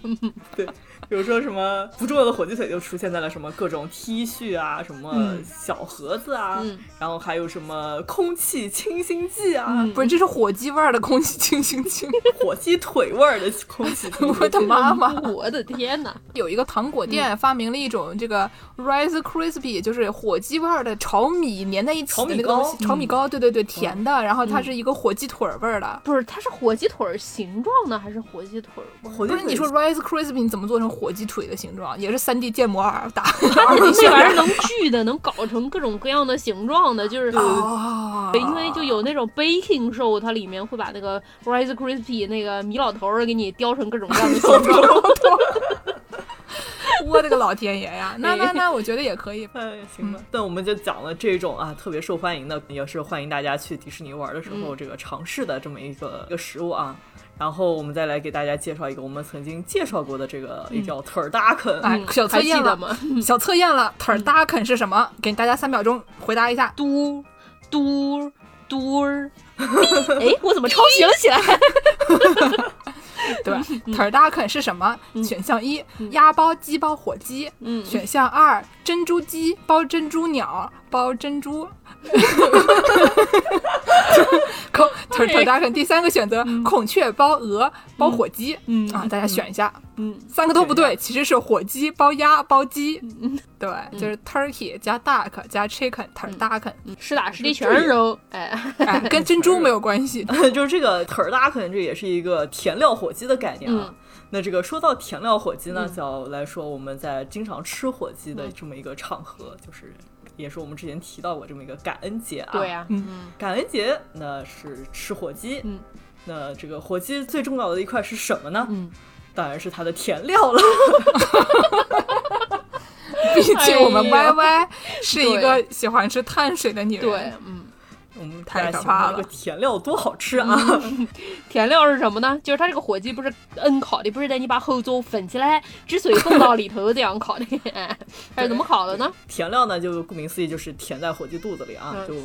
[SPEAKER 3] 对，比如说什么不重要的火鸡腿就出现在了什么各种 T 恤啊，什么
[SPEAKER 1] 嗯
[SPEAKER 3] 小盒子啊，
[SPEAKER 2] 嗯
[SPEAKER 3] 然后还有什么空气清新剂啊，
[SPEAKER 2] 嗯
[SPEAKER 1] 不是这是火鸡味儿的空气清 新剂，
[SPEAKER 3] 火鸡腿味儿的空气清
[SPEAKER 1] 我
[SPEAKER 3] 新
[SPEAKER 1] 的
[SPEAKER 3] 剂。
[SPEAKER 1] 妈妈！
[SPEAKER 2] 我的天哪！
[SPEAKER 1] 有一个糖果
[SPEAKER 3] 嗯
[SPEAKER 1] 店发明了一种这个 Rice Crispy，就是火鸡味儿的炒米粘在一起的那个东西，
[SPEAKER 3] 炒米糕
[SPEAKER 1] 炒米糕，
[SPEAKER 3] 嗯
[SPEAKER 1] 对对对，甜的，然后它是一个火鸡腿儿味儿的。
[SPEAKER 2] 不是，它是火鸡腿儿形状呢，还是火鸡腿儿味儿？
[SPEAKER 3] 火鸡
[SPEAKER 1] 不是
[SPEAKER 3] 腿
[SPEAKER 1] 你说 Rice Crispy 你怎么做成火鸡腿的形状？啊也是三 D 建模二打
[SPEAKER 2] 它那那玩意儿能锯的，能搞成各种各样的形状的，就是。
[SPEAKER 3] 嗯
[SPEAKER 1] 哦
[SPEAKER 2] 对，因为就有那种 baking show，它里面会把那个 Rice Krispy 那个米老头儿给你雕成各种各样的形状。
[SPEAKER 1] 我的个老天爷 呀！那那那，我觉得也可以。
[SPEAKER 3] 哎，行
[SPEAKER 1] 嗯
[SPEAKER 3] 吧，但我们就讲了这种啊特别受欢迎的，也是欢迎大家去迪士尼玩的时
[SPEAKER 1] 嗯
[SPEAKER 3] 候、这个尝试的这么一个一个食物啊。然后我们再来给大家介绍一个我们曾经介绍过的这个，也叫 t u r d a k e
[SPEAKER 1] 嗯
[SPEAKER 2] 嗯
[SPEAKER 1] 哎，小测
[SPEAKER 2] 还记
[SPEAKER 1] 验
[SPEAKER 2] 得
[SPEAKER 1] 了
[SPEAKER 2] 吗？
[SPEAKER 3] 嗯
[SPEAKER 1] 小测验了，腿儿大肯是什么？给大家三秒钟回答一下。
[SPEAKER 2] 嘟嘟嘟 儿，哎，我怎么抄袭了起 来？
[SPEAKER 1] 对吧？
[SPEAKER 3] 嗯
[SPEAKER 1] 腿儿大肯是什么？选项一，鸭包、鸡包、火鸡；
[SPEAKER 2] 嗯，
[SPEAKER 1] 选项二，珍珠鸡包、珍珠鸟包、珍 珠。口腿腿大肯第三个选择，孔雀包鹅包火鸡。
[SPEAKER 2] 嗯
[SPEAKER 1] 啊，大家选一下，
[SPEAKER 2] 嗯，
[SPEAKER 1] 三个都不
[SPEAKER 3] 选
[SPEAKER 1] 对，其实是火鸡包鸭包鸡。
[SPEAKER 2] 嗯
[SPEAKER 1] 对，就是 turkey 加 duck 加 chicken 腿儿大肯，
[SPEAKER 2] 实打实的全嗯是肉，哎，
[SPEAKER 1] 哎，跟珍珠没有关系。
[SPEAKER 3] 就是这个 t u r d a k e 这也是一个甜料火鸡的概念啊。
[SPEAKER 2] 嗯
[SPEAKER 3] 那这个说到甜料火鸡呢，就要来说我们在经常吃火鸡的这么一个场合，就是也是我们之前提到过这么一个感恩节啊。
[SPEAKER 2] 对呀，嗯
[SPEAKER 1] 嗯
[SPEAKER 3] 感恩节那是吃火鸡，
[SPEAKER 2] 嗯，
[SPEAKER 3] 那这个火鸡最重要的一块是什么呢？
[SPEAKER 2] 嗯，
[SPEAKER 3] 当然是它的甜料了。
[SPEAKER 1] 毕竟我们
[SPEAKER 2] 哎
[SPEAKER 1] Y
[SPEAKER 2] 呀
[SPEAKER 1] Y 是一个喜欢吃碳水的女人。
[SPEAKER 2] 对，嗯，
[SPEAKER 3] 我们
[SPEAKER 1] 太
[SPEAKER 3] 大家
[SPEAKER 1] 可
[SPEAKER 3] 想想
[SPEAKER 1] 怕
[SPEAKER 3] 这个
[SPEAKER 1] 了
[SPEAKER 3] 甜料多好吃啊！
[SPEAKER 2] 甜料是什么呢？就是它这个火鸡不是嗯烤的，不是的，你把后座粉起来，汁水送到里头这样烤的，哎它是怎么烤的呢？
[SPEAKER 3] 甜料呢，就顾名思义就是填在火鸡肚子里啊，
[SPEAKER 2] 嗯
[SPEAKER 3] 就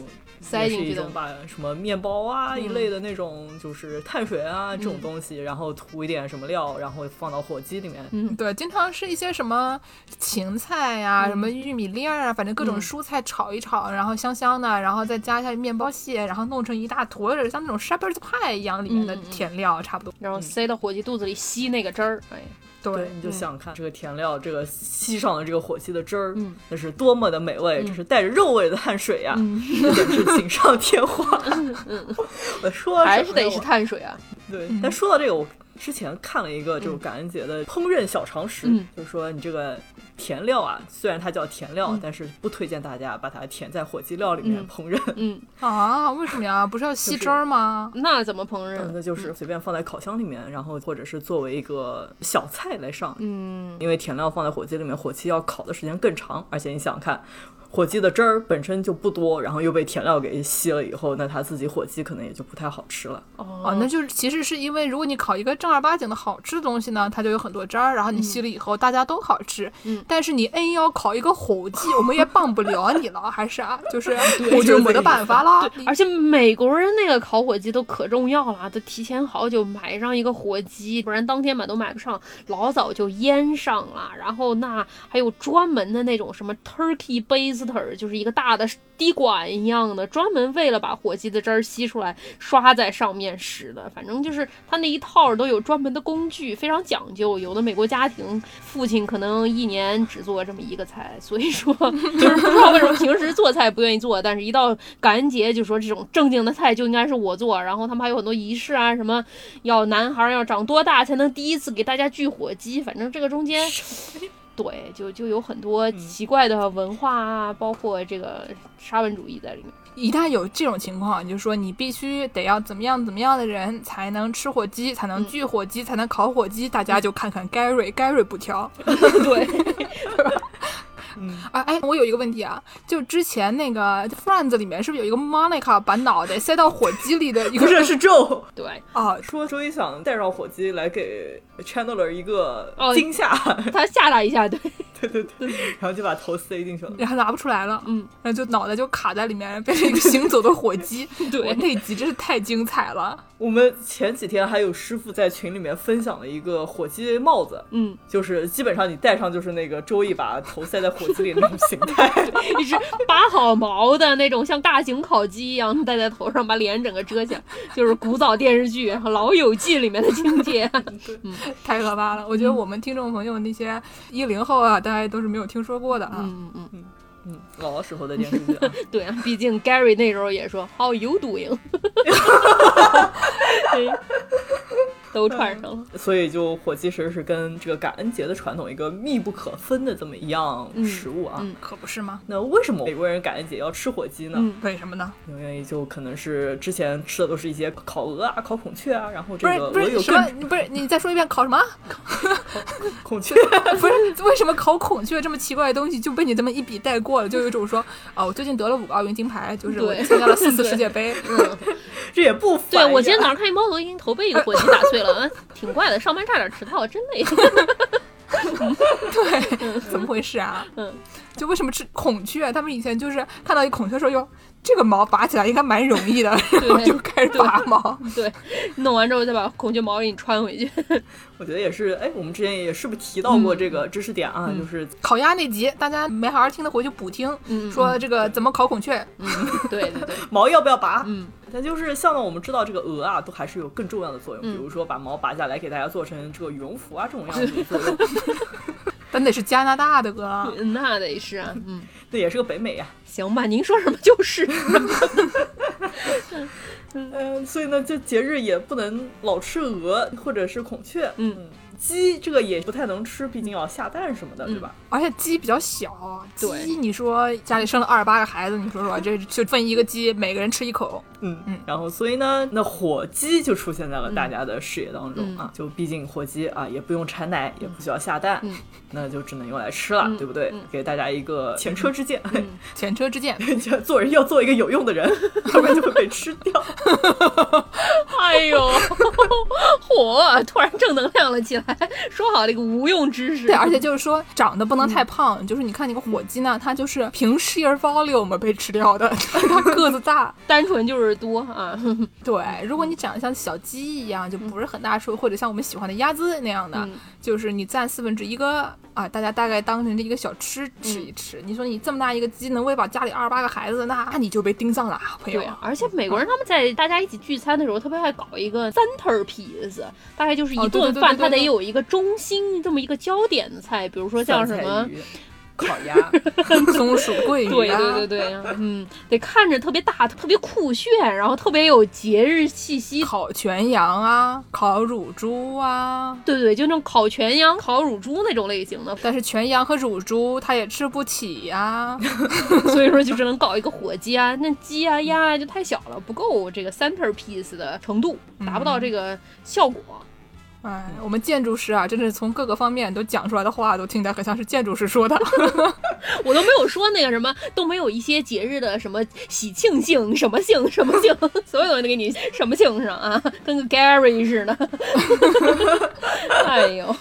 [SPEAKER 2] 塞
[SPEAKER 3] 也
[SPEAKER 2] 进
[SPEAKER 3] 是
[SPEAKER 2] 去
[SPEAKER 3] 一
[SPEAKER 2] 的嗯
[SPEAKER 3] 种把什么面包啊一类的那种就是碳水啊这种东西，然后涂一点什么料，然后放到火鸡里面。
[SPEAKER 2] 嗯
[SPEAKER 1] 对，经常是一些什么芹菜呀、什么玉米粒儿啊，反正各种蔬菜炒一炒，然后香香的，然后再加一下面包屑，然后弄成一大坨，有点像那种 shepherd's pie 一样里面的
[SPEAKER 2] 嗯嗯嗯
[SPEAKER 1] 甜料，差不多。
[SPEAKER 2] 然后塞到火鸡肚子里吸那个汁儿，哎，
[SPEAKER 1] 对，
[SPEAKER 3] 你就想想看这个甜料，这个吸上了这个火鸡的汁儿
[SPEAKER 2] 嗯，
[SPEAKER 3] 那是多么的美味！这是带着肉味的汗水呀，这 简直锦上添花。
[SPEAKER 2] 嗯
[SPEAKER 3] 我说
[SPEAKER 2] 还
[SPEAKER 3] 什
[SPEAKER 2] 是
[SPEAKER 3] 么
[SPEAKER 2] 得
[SPEAKER 3] 呢
[SPEAKER 2] 是碳水啊，
[SPEAKER 3] 对，但说到这个，我之前看了一个就是感恩节的烹饪小常识，
[SPEAKER 2] 嗯
[SPEAKER 3] 就是说你这个甜料啊，虽然它叫甜料，但是不推荐大家把它填在火鸡料里面烹饪，
[SPEAKER 2] 嗯嗯，
[SPEAKER 1] 啊，为什么呀？不是要吸汁儿吗？
[SPEAKER 2] 那怎么烹
[SPEAKER 3] 嗯
[SPEAKER 2] 饪？
[SPEAKER 3] 那就是随便放在烤箱里面，然后或者是作为一个小菜来上，
[SPEAKER 2] 嗯，
[SPEAKER 3] 因为甜料放在火鸡里面，火鸡要烤的时间更长，而且你想想看。火鸡的汁儿本身就不多，然后又被甜料给吸了以后，那它自己火鸡可能也就不太好吃了。
[SPEAKER 1] 哦，那就是其实是因为如果你烤一个正儿八经的好吃的东西呢，它就有很多汁儿，然后你吸了以后大家都好吃。
[SPEAKER 2] 嗯
[SPEAKER 1] 但是你硬要烤一个火鸡，我们也 帮不了你了，还是啊，就是我就
[SPEAKER 3] 就是这个
[SPEAKER 1] 没得办法了。
[SPEAKER 2] 而且美国人那个烤火鸡都可重要了，啊都提前好久买上一个火鸡，不然当天买都买不上，老早就腌上了。然后那还有专门的那种什么 turkey basil 丝腿儿，就是一个大的滴管一样的，专门为了把火鸡的汁儿吸出来刷在上面使的。反正就是它那一套都有专门的工具，非常讲究。有的美国家庭父亲可能一年只做这么一个菜，所以说 就是不知道为什么平时做菜不愿意做，但是一到感恩节就说这种正经的菜就应该是我做。然后他们还有很多仪式啊，什么要男孩儿要长多大才能第一次给大家锯火鸡，反正这个中间。对，就就有很多奇怪的文化啊，包括这个沙文主义在里 面。
[SPEAKER 1] 一旦有这种情况，你就说你必须得要怎么样怎么样的人才能吃火鸡，才能锯火鸡，才能烤火鸡。大家就看看 Gary，Gary 不挑。
[SPEAKER 2] 对，
[SPEAKER 1] 啊，哎，我有一个问题啊，就之前那个《Friends》里面是不是有一个 Monica 把脑袋塞到火鸡里的一
[SPEAKER 3] 不
[SPEAKER 1] 个？
[SPEAKER 3] 是是 Joe
[SPEAKER 2] 对，
[SPEAKER 1] 啊，
[SPEAKER 3] 说周一想带上火鸡来给 Chandler 一个
[SPEAKER 2] 哦
[SPEAKER 3] 惊吓，
[SPEAKER 2] 他吓他一下，对，
[SPEAKER 3] 对对对，然后就把头塞进去了。
[SPEAKER 1] 然后拿不出来了，
[SPEAKER 2] 嗯，
[SPEAKER 1] 然后就脑袋就卡在里面，变成一个行走的火鸡。
[SPEAKER 2] 对
[SPEAKER 1] 我那集真是太精彩了。
[SPEAKER 3] 我们前几天还有师傅在群里面分享了一个火鸡帽子，
[SPEAKER 2] 嗯，
[SPEAKER 3] 就是基本上你戴上就是那个周易把头塞在火鸡里那种形态。
[SPEAKER 2] 一只拔好毛的那种，像大型烤鸡一样戴在头上，把脸整个遮起来，就是古早电视剧《老友记》里面的情节。
[SPEAKER 1] 太可怕了！我觉得我们听众朋友那些一零后啊，大家都是没有听说过的啊。
[SPEAKER 2] 嗯嗯，
[SPEAKER 3] 嗯，老的时候的电视剧 啊，
[SPEAKER 2] 对啊，毕竟 Gary 那时候也说 “How you doing”，对都串上了。
[SPEAKER 3] 所以就火鸡其实是跟这个感恩节的传统一个密不可分的这么一样食物啊。
[SPEAKER 2] 嗯嗯
[SPEAKER 1] 可不是吗？
[SPEAKER 3] 那为什么美国人感恩节要吃火鸡呢？
[SPEAKER 2] 嗯
[SPEAKER 1] 为什么呢？
[SPEAKER 3] 因为就可能是之前吃的都是一些烤鹅啊、烤孔雀啊，然后这
[SPEAKER 1] 不是
[SPEAKER 3] 个
[SPEAKER 1] 不
[SPEAKER 3] 我
[SPEAKER 1] 是
[SPEAKER 3] 有
[SPEAKER 1] 什么
[SPEAKER 3] 更？
[SPEAKER 1] 不是你再说一遍烤什么？
[SPEAKER 3] 孔雀，
[SPEAKER 1] 不是为什么烤孔雀这么奇怪的东西就被你这么一笔带过了？就有一种说啊，我最近得了五个奥运金牌，就是我
[SPEAKER 2] 对
[SPEAKER 1] 参加了四次
[SPEAKER 2] 对
[SPEAKER 1] 世界 杯。
[SPEAKER 3] 这也不反啊
[SPEAKER 2] 对
[SPEAKER 3] 呀
[SPEAKER 2] 我今天早上看一猫头鹰头被一个火鸡打碎了，嗯挺怪的，上班差点迟到，真累。
[SPEAKER 1] 对，怎么回事啊？
[SPEAKER 2] 嗯，
[SPEAKER 1] 就为什么吃孔雀？他们以前就是看到一孔雀说哟，这个毛拔起来应该蛮容易 的，然后就开始拔毛。
[SPEAKER 2] 对，弄完之后再把孔雀毛给你穿回去。
[SPEAKER 3] 我觉得也是，哎，我们之前也是不是提到
[SPEAKER 2] 嗯
[SPEAKER 3] 过这个知识点啊？就是
[SPEAKER 1] 烤鸭那集大家没好好听的回去补听，
[SPEAKER 2] 嗯，
[SPEAKER 1] 说这个怎么烤孔雀，
[SPEAKER 2] 嗯， 对对对，
[SPEAKER 3] 毛要不要拔？
[SPEAKER 2] 嗯，
[SPEAKER 3] 它就是像呢，我们知道这个鹅啊，都还是有更重要的作用，
[SPEAKER 2] 嗯
[SPEAKER 3] 比如说把毛拔下来给大家做成这个羽绒服啊这种样子 的作用，
[SPEAKER 1] 但得是加拿大的鹅。
[SPEAKER 2] 嗯那得是啊，嗯，
[SPEAKER 3] 那也是个北美呀、啊
[SPEAKER 2] 行吧，您说什么就是。
[SPEAKER 3] 嗯，所以呢，就节日也不能老吃鹅或者是孔雀，
[SPEAKER 2] 嗯，嗯
[SPEAKER 3] 鸡这个也不太能吃，毕竟要下蛋什么的，对吧？
[SPEAKER 1] 而且鸡比较小，
[SPEAKER 2] 对
[SPEAKER 1] 鸡你说家里生了二十八个孩子，你说 说这就分一个鸡，每个人吃一口，
[SPEAKER 3] 嗯
[SPEAKER 1] 嗯
[SPEAKER 3] 然后所以呢，那火鸡就出现在了大家的视野当中啊，就毕竟火鸡啊也不用产奶，也不需要下蛋，
[SPEAKER 2] 嗯
[SPEAKER 3] 那就只能用来吃了，
[SPEAKER 2] 嗯
[SPEAKER 3] 对不对？
[SPEAKER 2] 嗯
[SPEAKER 3] 给大家一个前车之鉴，
[SPEAKER 1] 前车 之鉴。
[SPEAKER 3] 做人要做一个有用的人， 要不然就会被吃掉。
[SPEAKER 2] 哎呦， 火！突然正能量了起来。说好了一个无用知识，
[SPEAKER 1] 对，而且就是说长得不能太胖，就是你看那个火鸡呢，它就是凭 sheer volume 被吃掉的， 它个子大。
[SPEAKER 2] 单纯就是多啊。
[SPEAKER 1] 对，如果你长得像小鸡一样，就不是很大数，或者像我们喜欢的鸭子那样的，
[SPEAKER 2] 嗯
[SPEAKER 1] 就是你占四分之一个啊，大家大概当成这一个小吃吃
[SPEAKER 2] 嗯
[SPEAKER 1] 一吃。你说你这么大一个鸡能喂饱家里二十八个孩子，那你就被盯上了，啊，朋友
[SPEAKER 2] 对。，而且美国人他们在大家一起聚餐的时候，特别爱搞一个 center piece，大概就是一
[SPEAKER 1] 哦对对
[SPEAKER 2] 顿
[SPEAKER 1] 对
[SPEAKER 2] 饭
[SPEAKER 1] 对对
[SPEAKER 2] 它得
[SPEAKER 1] 对
[SPEAKER 2] 有一个中心这么一个焦点的菜，比如说像什
[SPEAKER 3] 酸
[SPEAKER 2] 么
[SPEAKER 3] 菜。鱼、烤 鸭，
[SPEAKER 1] 松鼠桂鱼、啊，
[SPEAKER 2] 对对对对， 嗯，得看着特别大、特别酷炫，然后特别有节日气息。
[SPEAKER 1] 烤全羊啊，烤乳猪啊。
[SPEAKER 2] 对对，就那种烤全羊、烤乳猪那种类型的，
[SPEAKER 1] 但是全羊和乳猪它也吃不起啊呀、
[SPEAKER 2] 所以说就只能搞一个火鸡啊，那鸡啊鸭啊就太小了，不够这个 center piece 的程度，达不到这个效果。
[SPEAKER 1] 哎，我们建筑师啊，真是从各个方面都讲出来的话，都听起来很像是建筑师 说的。
[SPEAKER 2] 我都没有说那个什么，都没有一些节日的什么喜庆性什么性什么性， 所有东西都给你什么性上啊，跟个 Gary 似的。 哎呦，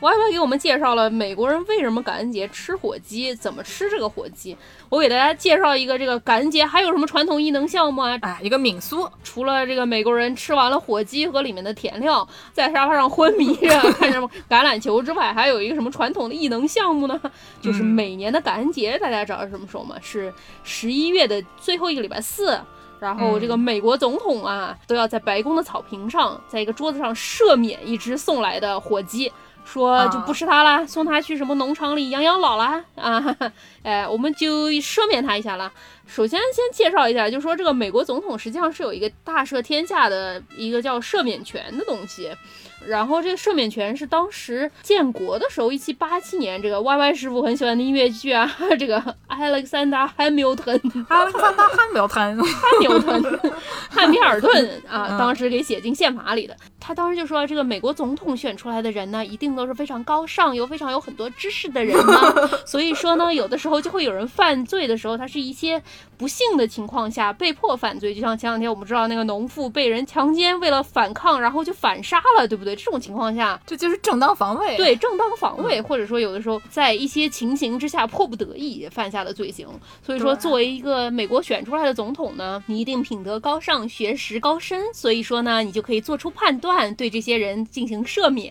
[SPEAKER 2] 我还给我们介绍了美国人为什么感恩节吃火鸡，怎么吃这个火鸡。我给大家介绍一个这个感恩节还有什么传统异能项目啊？
[SPEAKER 1] 哎，一个民宿，
[SPEAKER 2] 除了这个美国人吃完了火鸡和里面的甜料，在沙发上 昏迷着看什么橄榄球之外，还有一个什么传统的异能项目呢？就是每年的的感恩节大家知道是什么时候吗？是十一月的最后一个礼拜四。然后这个美国总统啊，都要在白宫的草坪上，在一个桌子上赦免一只送来的火鸡，说就不吃它啦，送它去什么农场里养养老啦啊， 哈哈哎，我们就赦免它一下啦。首先先介绍一下，就说这个美国总统实际上是有一个大赦天下的一个叫赦免权的东西。然后这个赦免权是当时建国的时候，一七八七年，这个 Y Y 师傅很喜欢的音乐剧啊， 这个 Alexander Hamilton
[SPEAKER 1] 阿拉萨达汉苗滩，
[SPEAKER 2] 汉牛顿、汉密尔顿啊，当时给写进宪法里的。他当时就说，这个美国总统选出来的人呢，一定都是非常高尚又非常有很多知识的人呢。所以说呢，有的时候就会有人犯罪的时候，他是一些不幸的情况下被迫犯罪，就像前两天我们知道那个农妇被人强奸，为了反抗，然后就反杀了，对不对？这种情况下，
[SPEAKER 1] 这就是正当防卫。，
[SPEAKER 2] 对嗯正当防卫，或者说有的时候在一些情形之下迫不得已犯下的罪行。所以说，
[SPEAKER 1] 对
[SPEAKER 2] 作为一个美国选出来的总统呢，你一定品德高尚、学识高深，所以说呢，你就可以做出判断，对这些人进行赦免，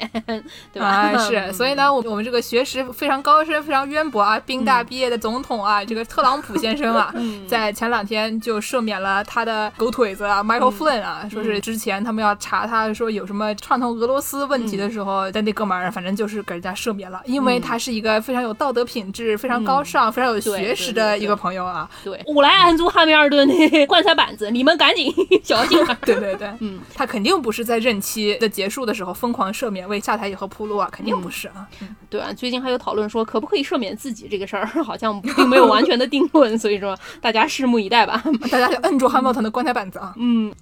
[SPEAKER 2] 对吧？ 嗯
[SPEAKER 1] 啊，是，所以呢，我我们这个学识非常高深、非常渊博啊，宾
[SPEAKER 2] 嗯
[SPEAKER 1] 大毕业的总统啊，这个特朗普先生 啊，在前两天就赦免了他的狗腿子啊，Michael
[SPEAKER 2] 嗯
[SPEAKER 1] Flynn 啊，说是之前他们要查他说有什么串通俄罗斯问
[SPEAKER 2] 嗯
[SPEAKER 1] 题的时候，但那哥们儿反正就是给人家赦免了，因为
[SPEAKER 2] 嗯
[SPEAKER 1] 他是一个非常有道德品质、非常高尚、非常有学识的一个朋友啊，
[SPEAKER 2] 对，我来安住汉密尔顿的棺材板子，你们赶紧小心啊！
[SPEAKER 1] 对对对，嗯，他肯定不是在任期的结束的时候疯狂赦免为下台以后铺路啊，肯
[SPEAKER 2] 嗯
[SPEAKER 1] 定不是啊，
[SPEAKER 2] 对啊，最近还有讨论说可不可以赦免自己这个事儿，好 像并没有完全的定论，所以说大家拭目以待吧。
[SPEAKER 1] 大家就摁住汉密尔顿的棺材板子啊，
[SPEAKER 2] 嗯，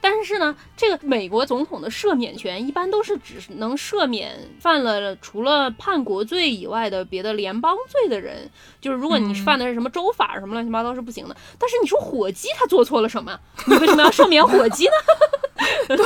[SPEAKER 2] 但是呢，这个美国总统的赦免权一般都是只能赦免犯了除了叛国罪以外的别的联邦罪的人，就是如果你犯的是什么州法什么乱七八糟是不行的。但是你说火鸡他做错了什么？ 你为什么要赦免火鸡呢？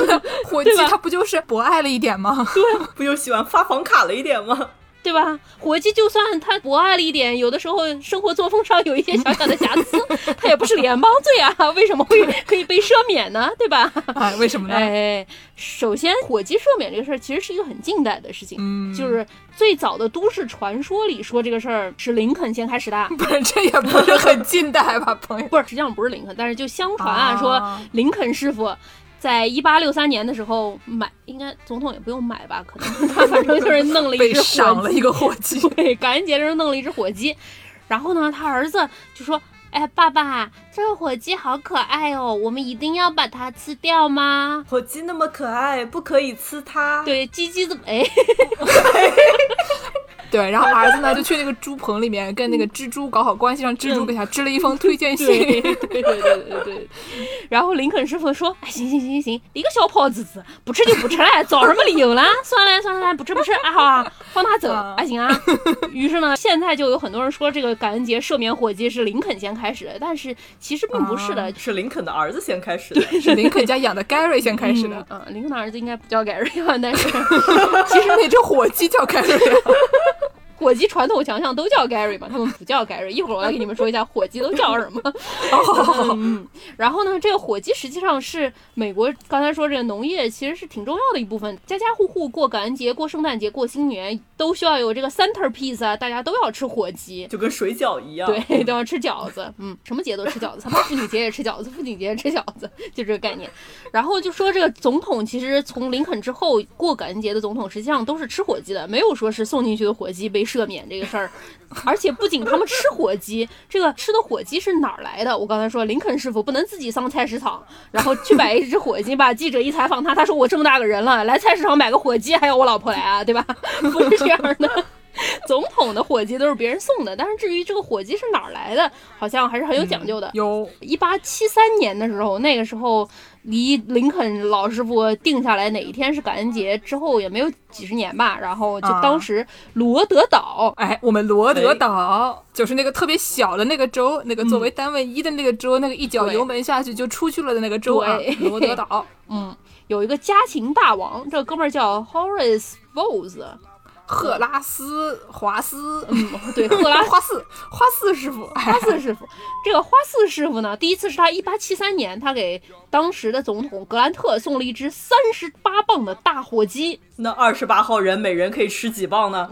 [SPEAKER 1] 火鸡
[SPEAKER 2] 对吧
[SPEAKER 1] 它不就是博爱了一点吗？
[SPEAKER 3] 不就喜欢发房卡了一点吗？
[SPEAKER 2] 对吧？火鸡就算他博爱了一点，有的时候生活作风上有一些小小的瑕疵， 他也不是联邦罪啊，为什么会可以被赦免呢？对吧？
[SPEAKER 1] 哎，为什么呢？
[SPEAKER 2] 哎，首先，火鸡赦免这个事儿其实是一个很近代的事情，
[SPEAKER 1] 嗯
[SPEAKER 2] 就是最早的都市传说里说这个事儿是林肯先开始 的。
[SPEAKER 1] 不是，这也不是很近代吧， 朋友？
[SPEAKER 2] 不是，实际上不是林肯，但是就相传啊，
[SPEAKER 1] 啊
[SPEAKER 2] 说林肯师傅在一八六三年的时候买，应该总统也不用买吧，可能他反正就是弄 了一
[SPEAKER 1] 被
[SPEAKER 2] 只
[SPEAKER 1] 赏
[SPEAKER 2] 火
[SPEAKER 1] 了
[SPEAKER 2] 鸡，
[SPEAKER 1] 一个火鸡，
[SPEAKER 2] 对，感恩节的时候弄了一只火鸡，然后呢，他儿子就说。哎，爸爸，这个火鸡好可爱哦，我们一定要把它吃掉吗？
[SPEAKER 3] 火鸡那么可爱，不可以吃它。，
[SPEAKER 2] 对，鸡鸡怎么？哎，
[SPEAKER 1] 对，然后儿子呢就去那个猪棚里面跟那
[SPEAKER 2] 嗯
[SPEAKER 1] 个蜘蛛搞好关系，让蜘蛛给他织了一封推荐
[SPEAKER 2] 对
[SPEAKER 1] 信。
[SPEAKER 2] 嗯对 对对对对。然后林肯师傅说：“哎，行行行行行，一个小泡子子，不吃就不吃嘞，找什么理由啦？ 算了算了，不吃不吃啊，好啊， 放他走
[SPEAKER 1] 啊
[SPEAKER 2] 啊，行啊。”于是呢，现在就有很多人说这个感恩节赦免火鸡是林肯先开始的，但是其实并不是的。
[SPEAKER 3] 是林肯的儿子先开始的。
[SPEAKER 1] 是林肯家养的 Gary 先开始的
[SPEAKER 2] 嗯，啊，林肯的儿子应该不叫 Gary 吧？但是嗯
[SPEAKER 1] 其实那只火鸡叫 Gary，
[SPEAKER 2] 火鸡传统强项都叫 Gary 嘛，他们不叫 Gary。一会儿我来给你们说一下火鸡都叫什么。
[SPEAKER 1] 哦，
[SPEAKER 2] 然后呢，这个火鸡实际上是美国刚才说这个农业其实是挺重要的一部分，家家户户过感恩节、过圣诞节、过新年都需要有这个 centerpiece 啊，大家都要吃火鸡。
[SPEAKER 3] 就跟水饺一样，
[SPEAKER 2] 对， 都要吃饺子，嗯，什么节都吃饺子，他们妇女节也吃饺子，父亲节也吃饺子，就这个概念。然后就说这个总统，其实从林肯之后过感恩节的总统，实际上都是吃火鸡的，没有说是送进去的火鸡被赦免这个事儿。而且不仅他们吃火鸡，这个吃的火鸡是哪儿来的？我刚才说林肯师傅不能自己上菜市场，然后去买一只火鸡吧。记者一采访他，他说我这么大个人了，来菜市场买个火鸡还要我老婆来啊，对吧？ 不是这样的。 总统的火鸡都是别人送的，但是至于这个火鸡是哪儿来的，好像还是很有讲究的。
[SPEAKER 1] 有
[SPEAKER 2] 一八七三年的时候，那个时候离林肯老师傅定下来哪一天是感恩节之后也没有几十年吧，然后就
[SPEAKER 1] 啊
[SPEAKER 2] 当时罗德岛。
[SPEAKER 1] 哎，我们罗德岛就是那个特别小的那个州，那个作为单位一的那个州，那个一脚
[SPEAKER 2] 嗯对
[SPEAKER 1] 油门下去就出去了的那个州啊
[SPEAKER 2] 对，
[SPEAKER 1] 罗 德岛。
[SPEAKER 2] 嗯，有一个家禽大王，这哥们儿叫 Horace Vose，
[SPEAKER 1] 赫拉斯华 斯，
[SPEAKER 2] 嗯，对，赫拉
[SPEAKER 1] 花四花四师傅，哎
[SPEAKER 2] 花四师傅。这个花四师傅呢，第一次是他一八七三年，他给当时的总统格兰特送了一只三十八磅的大火鸡，
[SPEAKER 3] 那二十八号人每人可以吃几磅呢？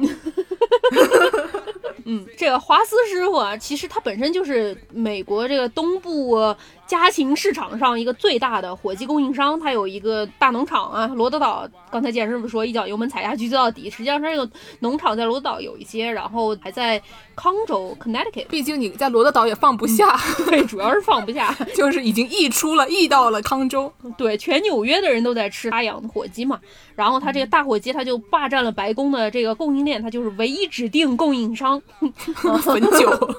[SPEAKER 2] 嗯，这个华斯师傅啊，其实他本身就是美国这个东部家禽市场上一个最大的火鸡供应商，他有一个大农场啊，罗德岛。刚才健师傅说一脚油门踩下去就到底，实际上他这个农场在罗德岛有一些，然后还在康州 （Connecticut）。
[SPEAKER 1] 毕竟你在罗德岛也放不下，
[SPEAKER 2] 对，主要是放不下。
[SPEAKER 1] 就是已经溢出了，溢到了康 州。
[SPEAKER 2] 对，全纽约的人都在吃他养的火鸡嘛。然后他这个大火鸡，他就霸占了白宫的这个供应链，他就是唯一指定供应商。哦
[SPEAKER 1] 汾酒，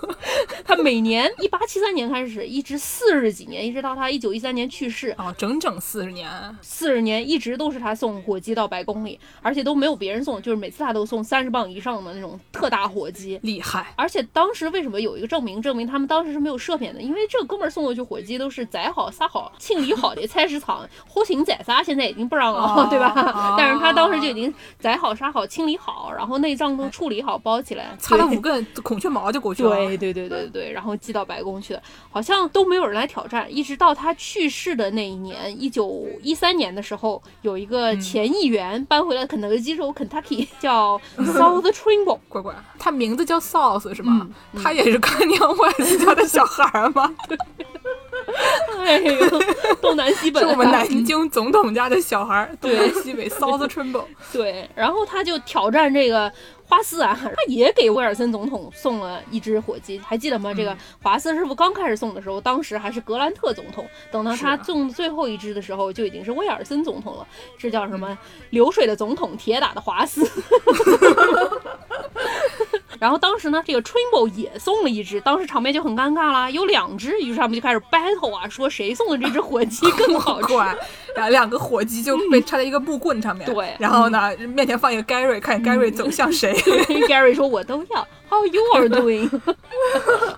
[SPEAKER 2] 他每年一八七三年开始，一直四十几年，一直到他一九一三年去世，
[SPEAKER 1] 哦，整整四十年。
[SPEAKER 2] 四十年一直都是他送火鸡到白宫里，而且都没有别人送，就是每次他都送三十磅以上的那种特大火鸡。
[SPEAKER 1] 厉害，
[SPEAKER 2] 而且当时为什么有一个证明证明他们当时是没有赦免的？因为这个哥们儿送过去火鸡都是宰好、杀好、 清理好的菜市场，活禽宰杀现在已经不让了，
[SPEAKER 1] 哦
[SPEAKER 2] 对吧？
[SPEAKER 1] 哦
[SPEAKER 2] 但是他当时就已经宰好、杀好、清理好，然后内脏都处理好、包起来，
[SPEAKER 1] 擦了
[SPEAKER 2] 对
[SPEAKER 1] 五个孔雀毛就过去了。
[SPEAKER 2] 对对对对对，然后寄到白宫去的，好像都没有人来挑战，一直到他去世的那一年，一九一三年的时候，有一个
[SPEAKER 1] 嗯
[SPEAKER 2] 前议员搬回了肯德基州 （Kentucky），叫 South Trimble。
[SPEAKER 1] 乖乖，他名字叫 Sauce 是吗？
[SPEAKER 2] 嗯
[SPEAKER 1] 他也是康尼昂外斯家的小孩儿 吗？
[SPEAKER 2] 哎呦，东南西北
[SPEAKER 1] 是
[SPEAKER 2] 啊，
[SPEAKER 1] 我们南京总统家的小孩儿，东
[SPEAKER 2] 对
[SPEAKER 1] 南西 北 Sauce Trimble。
[SPEAKER 2] 对，然后他就挑战这个花斯啊，他也给威尔森总统送了一只火鸡，还记得吗？这个华斯师傅刚开始送的时候，当时还是格兰特总统，等到
[SPEAKER 1] 是
[SPEAKER 2] 他
[SPEAKER 1] 啊
[SPEAKER 2] 送最后一只的时候，就已经是威尔森总统了。这叫什么？流水的总统，铁打的华斯。然后当时呢，这个 Trimble 也送了一只，当时场面就很尴尬啦，有两只，于是他们就开始 battle 啊，说谁送的这只火鸡 更好吃。嗯
[SPEAKER 1] 乖，然后两个火鸡就被插在一个木棍上面。
[SPEAKER 2] 对嗯
[SPEAKER 1] 然后呢，面前放一个 Gary，看 Gary 走向 谁。
[SPEAKER 2] Gary 说：“我都要。”How you are doing？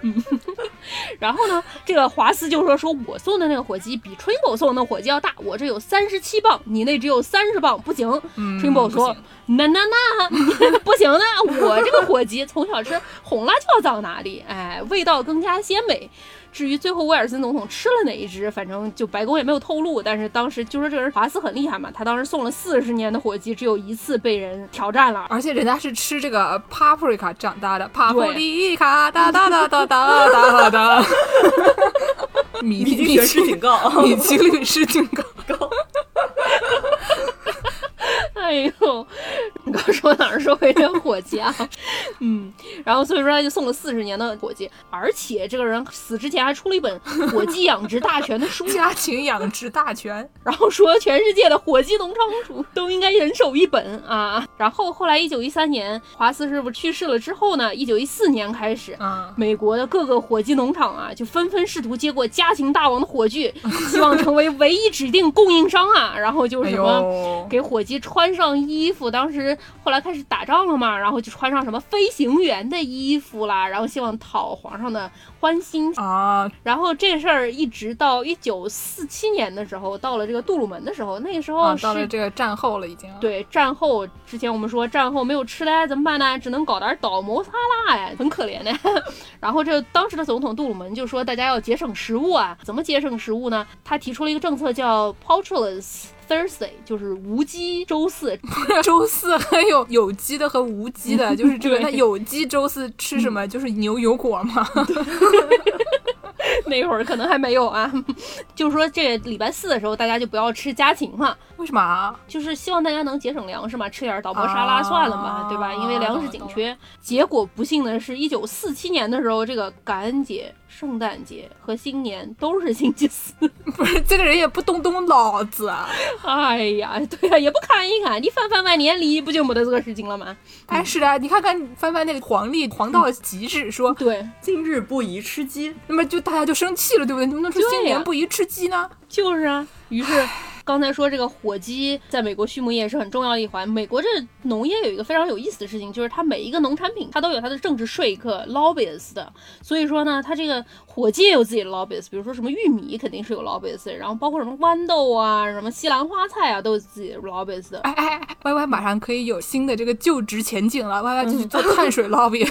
[SPEAKER 2] 嗯， 然后呢，这个华斯就说：“说我送的那个火鸡比 Trimble 送的那火鸡要大，我这有三十七磅，你那只有三十磅，不行。
[SPEAKER 1] 嗯
[SPEAKER 2] Trimble 说：“那那那不行的，我这个火鸡从小吃红辣椒长大的，哎，味道更加鲜美。”至于最后威尔森总统吃了哪一只，反正就白宫也没有透露。但是当时就说这个人华斯很厉害嘛，他当时送了四十年的火鸡，只有一次被人挑战了，
[SPEAKER 1] 而且人家是吃这个呃 paprika 长大的，paprika 哒哒哒哒哒哒哒。米
[SPEAKER 3] 米
[SPEAKER 1] 米
[SPEAKER 3] 津玄师警告，
[SPEAKER 1] 米其律师警告，，
[SPEAKER 2] 哎呦，你刚说哪儿说回这火鸡啊？嗯，然后所以说他就送了四十年的火鸡，而且这个人死之前还出了一本《火鸡养殖大全》的书
[SPEAKER 1] 家禽养殖大全。
[SPEAKER 2] 然后说全世界的火鸡农场主都应该人手一本啊。然后后来一九一三年华斯师傅去世了之后呢，一九一四年开始，
[SPEAKER 1] 嗯，
[SPEAKER 2] 美国的各个火鸡农场啊，就纷纷试图接过家禽大王的火炬，希望成为唯一指定供应商啊。然后就
[SPEAKER 1] 哎
[SPEAKER 2] 是什么。
[SPEAKER 1] 呦，
[SPEAKER 2] 给火鸡穿上衣服。当时后来开始打仗了嘛，然后就穿上什么飞行员的衣服啦，然后希望讨皇上的欢心。
[SPEAKER 1] 啊，
[SPEAKER 2] 然后这事儿一直到一九四七年的时候，到了这个杜鲁门的时候，那个时候
[SPEAKER 1] 啊，
[SPEAKER 2] 哦是、
[SPEAKER 1] 到了这个战后了，已经。，
[SPEAKER 2] 对战后之前，我们说战后没有吃的哎怎么办呢？只能搞点倒谋沙拉哎，很可 怜的。然后这当时的总统杜鲁门就说，大家要节省食物啊，怎么节省食物呢？他提出了一个政策叫 Poultryless Thursday，就是无鸡周四，
[SPEAKER 1] 周四还有有机的和无机的，就是这个。
[SPEAKER 2] 对
[SPEAKER 1] 那有机周四吃什么？就是牛油果嘛。
[SPEAKER 2] 那会儿可能还没有啊，就是说这礼拜四的时候，大家就不要吃家禽嘛，
[SPEAKER 1] 为什么啊？
[SPEAKER 2] 就是希望大家能节省粮食嘛，吃点儿导播沙拉算了嘛，
[SPEAKER 1] 啊
[SPEAKER 2] 对吧？因为粮食紧缺。结果不幸的是，一九四七年的时候，这个感恩节、圣诞节和新年都是星期四。
[SPEAKER 1] 不是这个人也不动动脑子啊！
[SPEAKER 2] 哎呀，对呀、也不看一看，你翻翻万年历，不就没得这个事情了吗？
[SPEAKER 1] 哎，是的，你看看翻翻那个黄历黄到极致，说
[SPEAKER 2] 对，
[SPEAKER 3] 今日不宜吃鸡，
[SPEAKER 1] 那么就大家就生气了，对不对？你们能说
[SPEAKER 2] 对呀
[SPEAKER 1] 新年不宜吃鸡呢？
[SPEAKER 2] 就是啊，于是刚才说这个火鸡在美国畜牧业是很重要的一环。美国这农业有一个非常有意思的事情，就是它每一个农产品它都有它的政治说客 lobbyist 的，所以说呢，它这个火鸡也有自己的 lobbyist，比如说什么玉米肯定是有 lobbyist，然后包括什么豌豆啊、什么西兰花菜啊，都有自己的 lobbyist 的。
[SPEAKER 1] 哎哎哎，Y Y 马上可以有新的这个就职前景了，Y Y 就去做碳水 lobby，、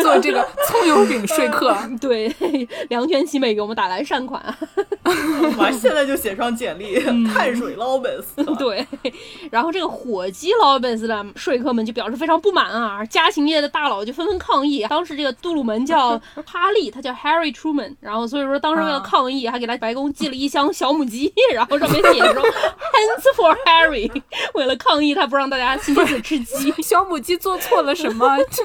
[SPEAKER 1] 做这个葱油饼说客。
[SPEAKER 2] 对，两全其美给我们打来善款啊！
[SPEAKER 3] 妈，现在就写上简历，碳水捞本死。
[SPEAKER 2] 对，然后这个火鸡老本斯的说客们就表示非常不满啊，家禽业的大佬就纷纷抗议。当时这个杜鲁门叫哈利，他叫 Harry Truman，然后所以说当时为了抗议，还给他白宫寄了一箱小母鸡，然后上面写着 “Hands for Harry”，为了抗议他不让大家星期四吃鸡。
[SPEAKER 1] 小母鸡做错了什么？ 这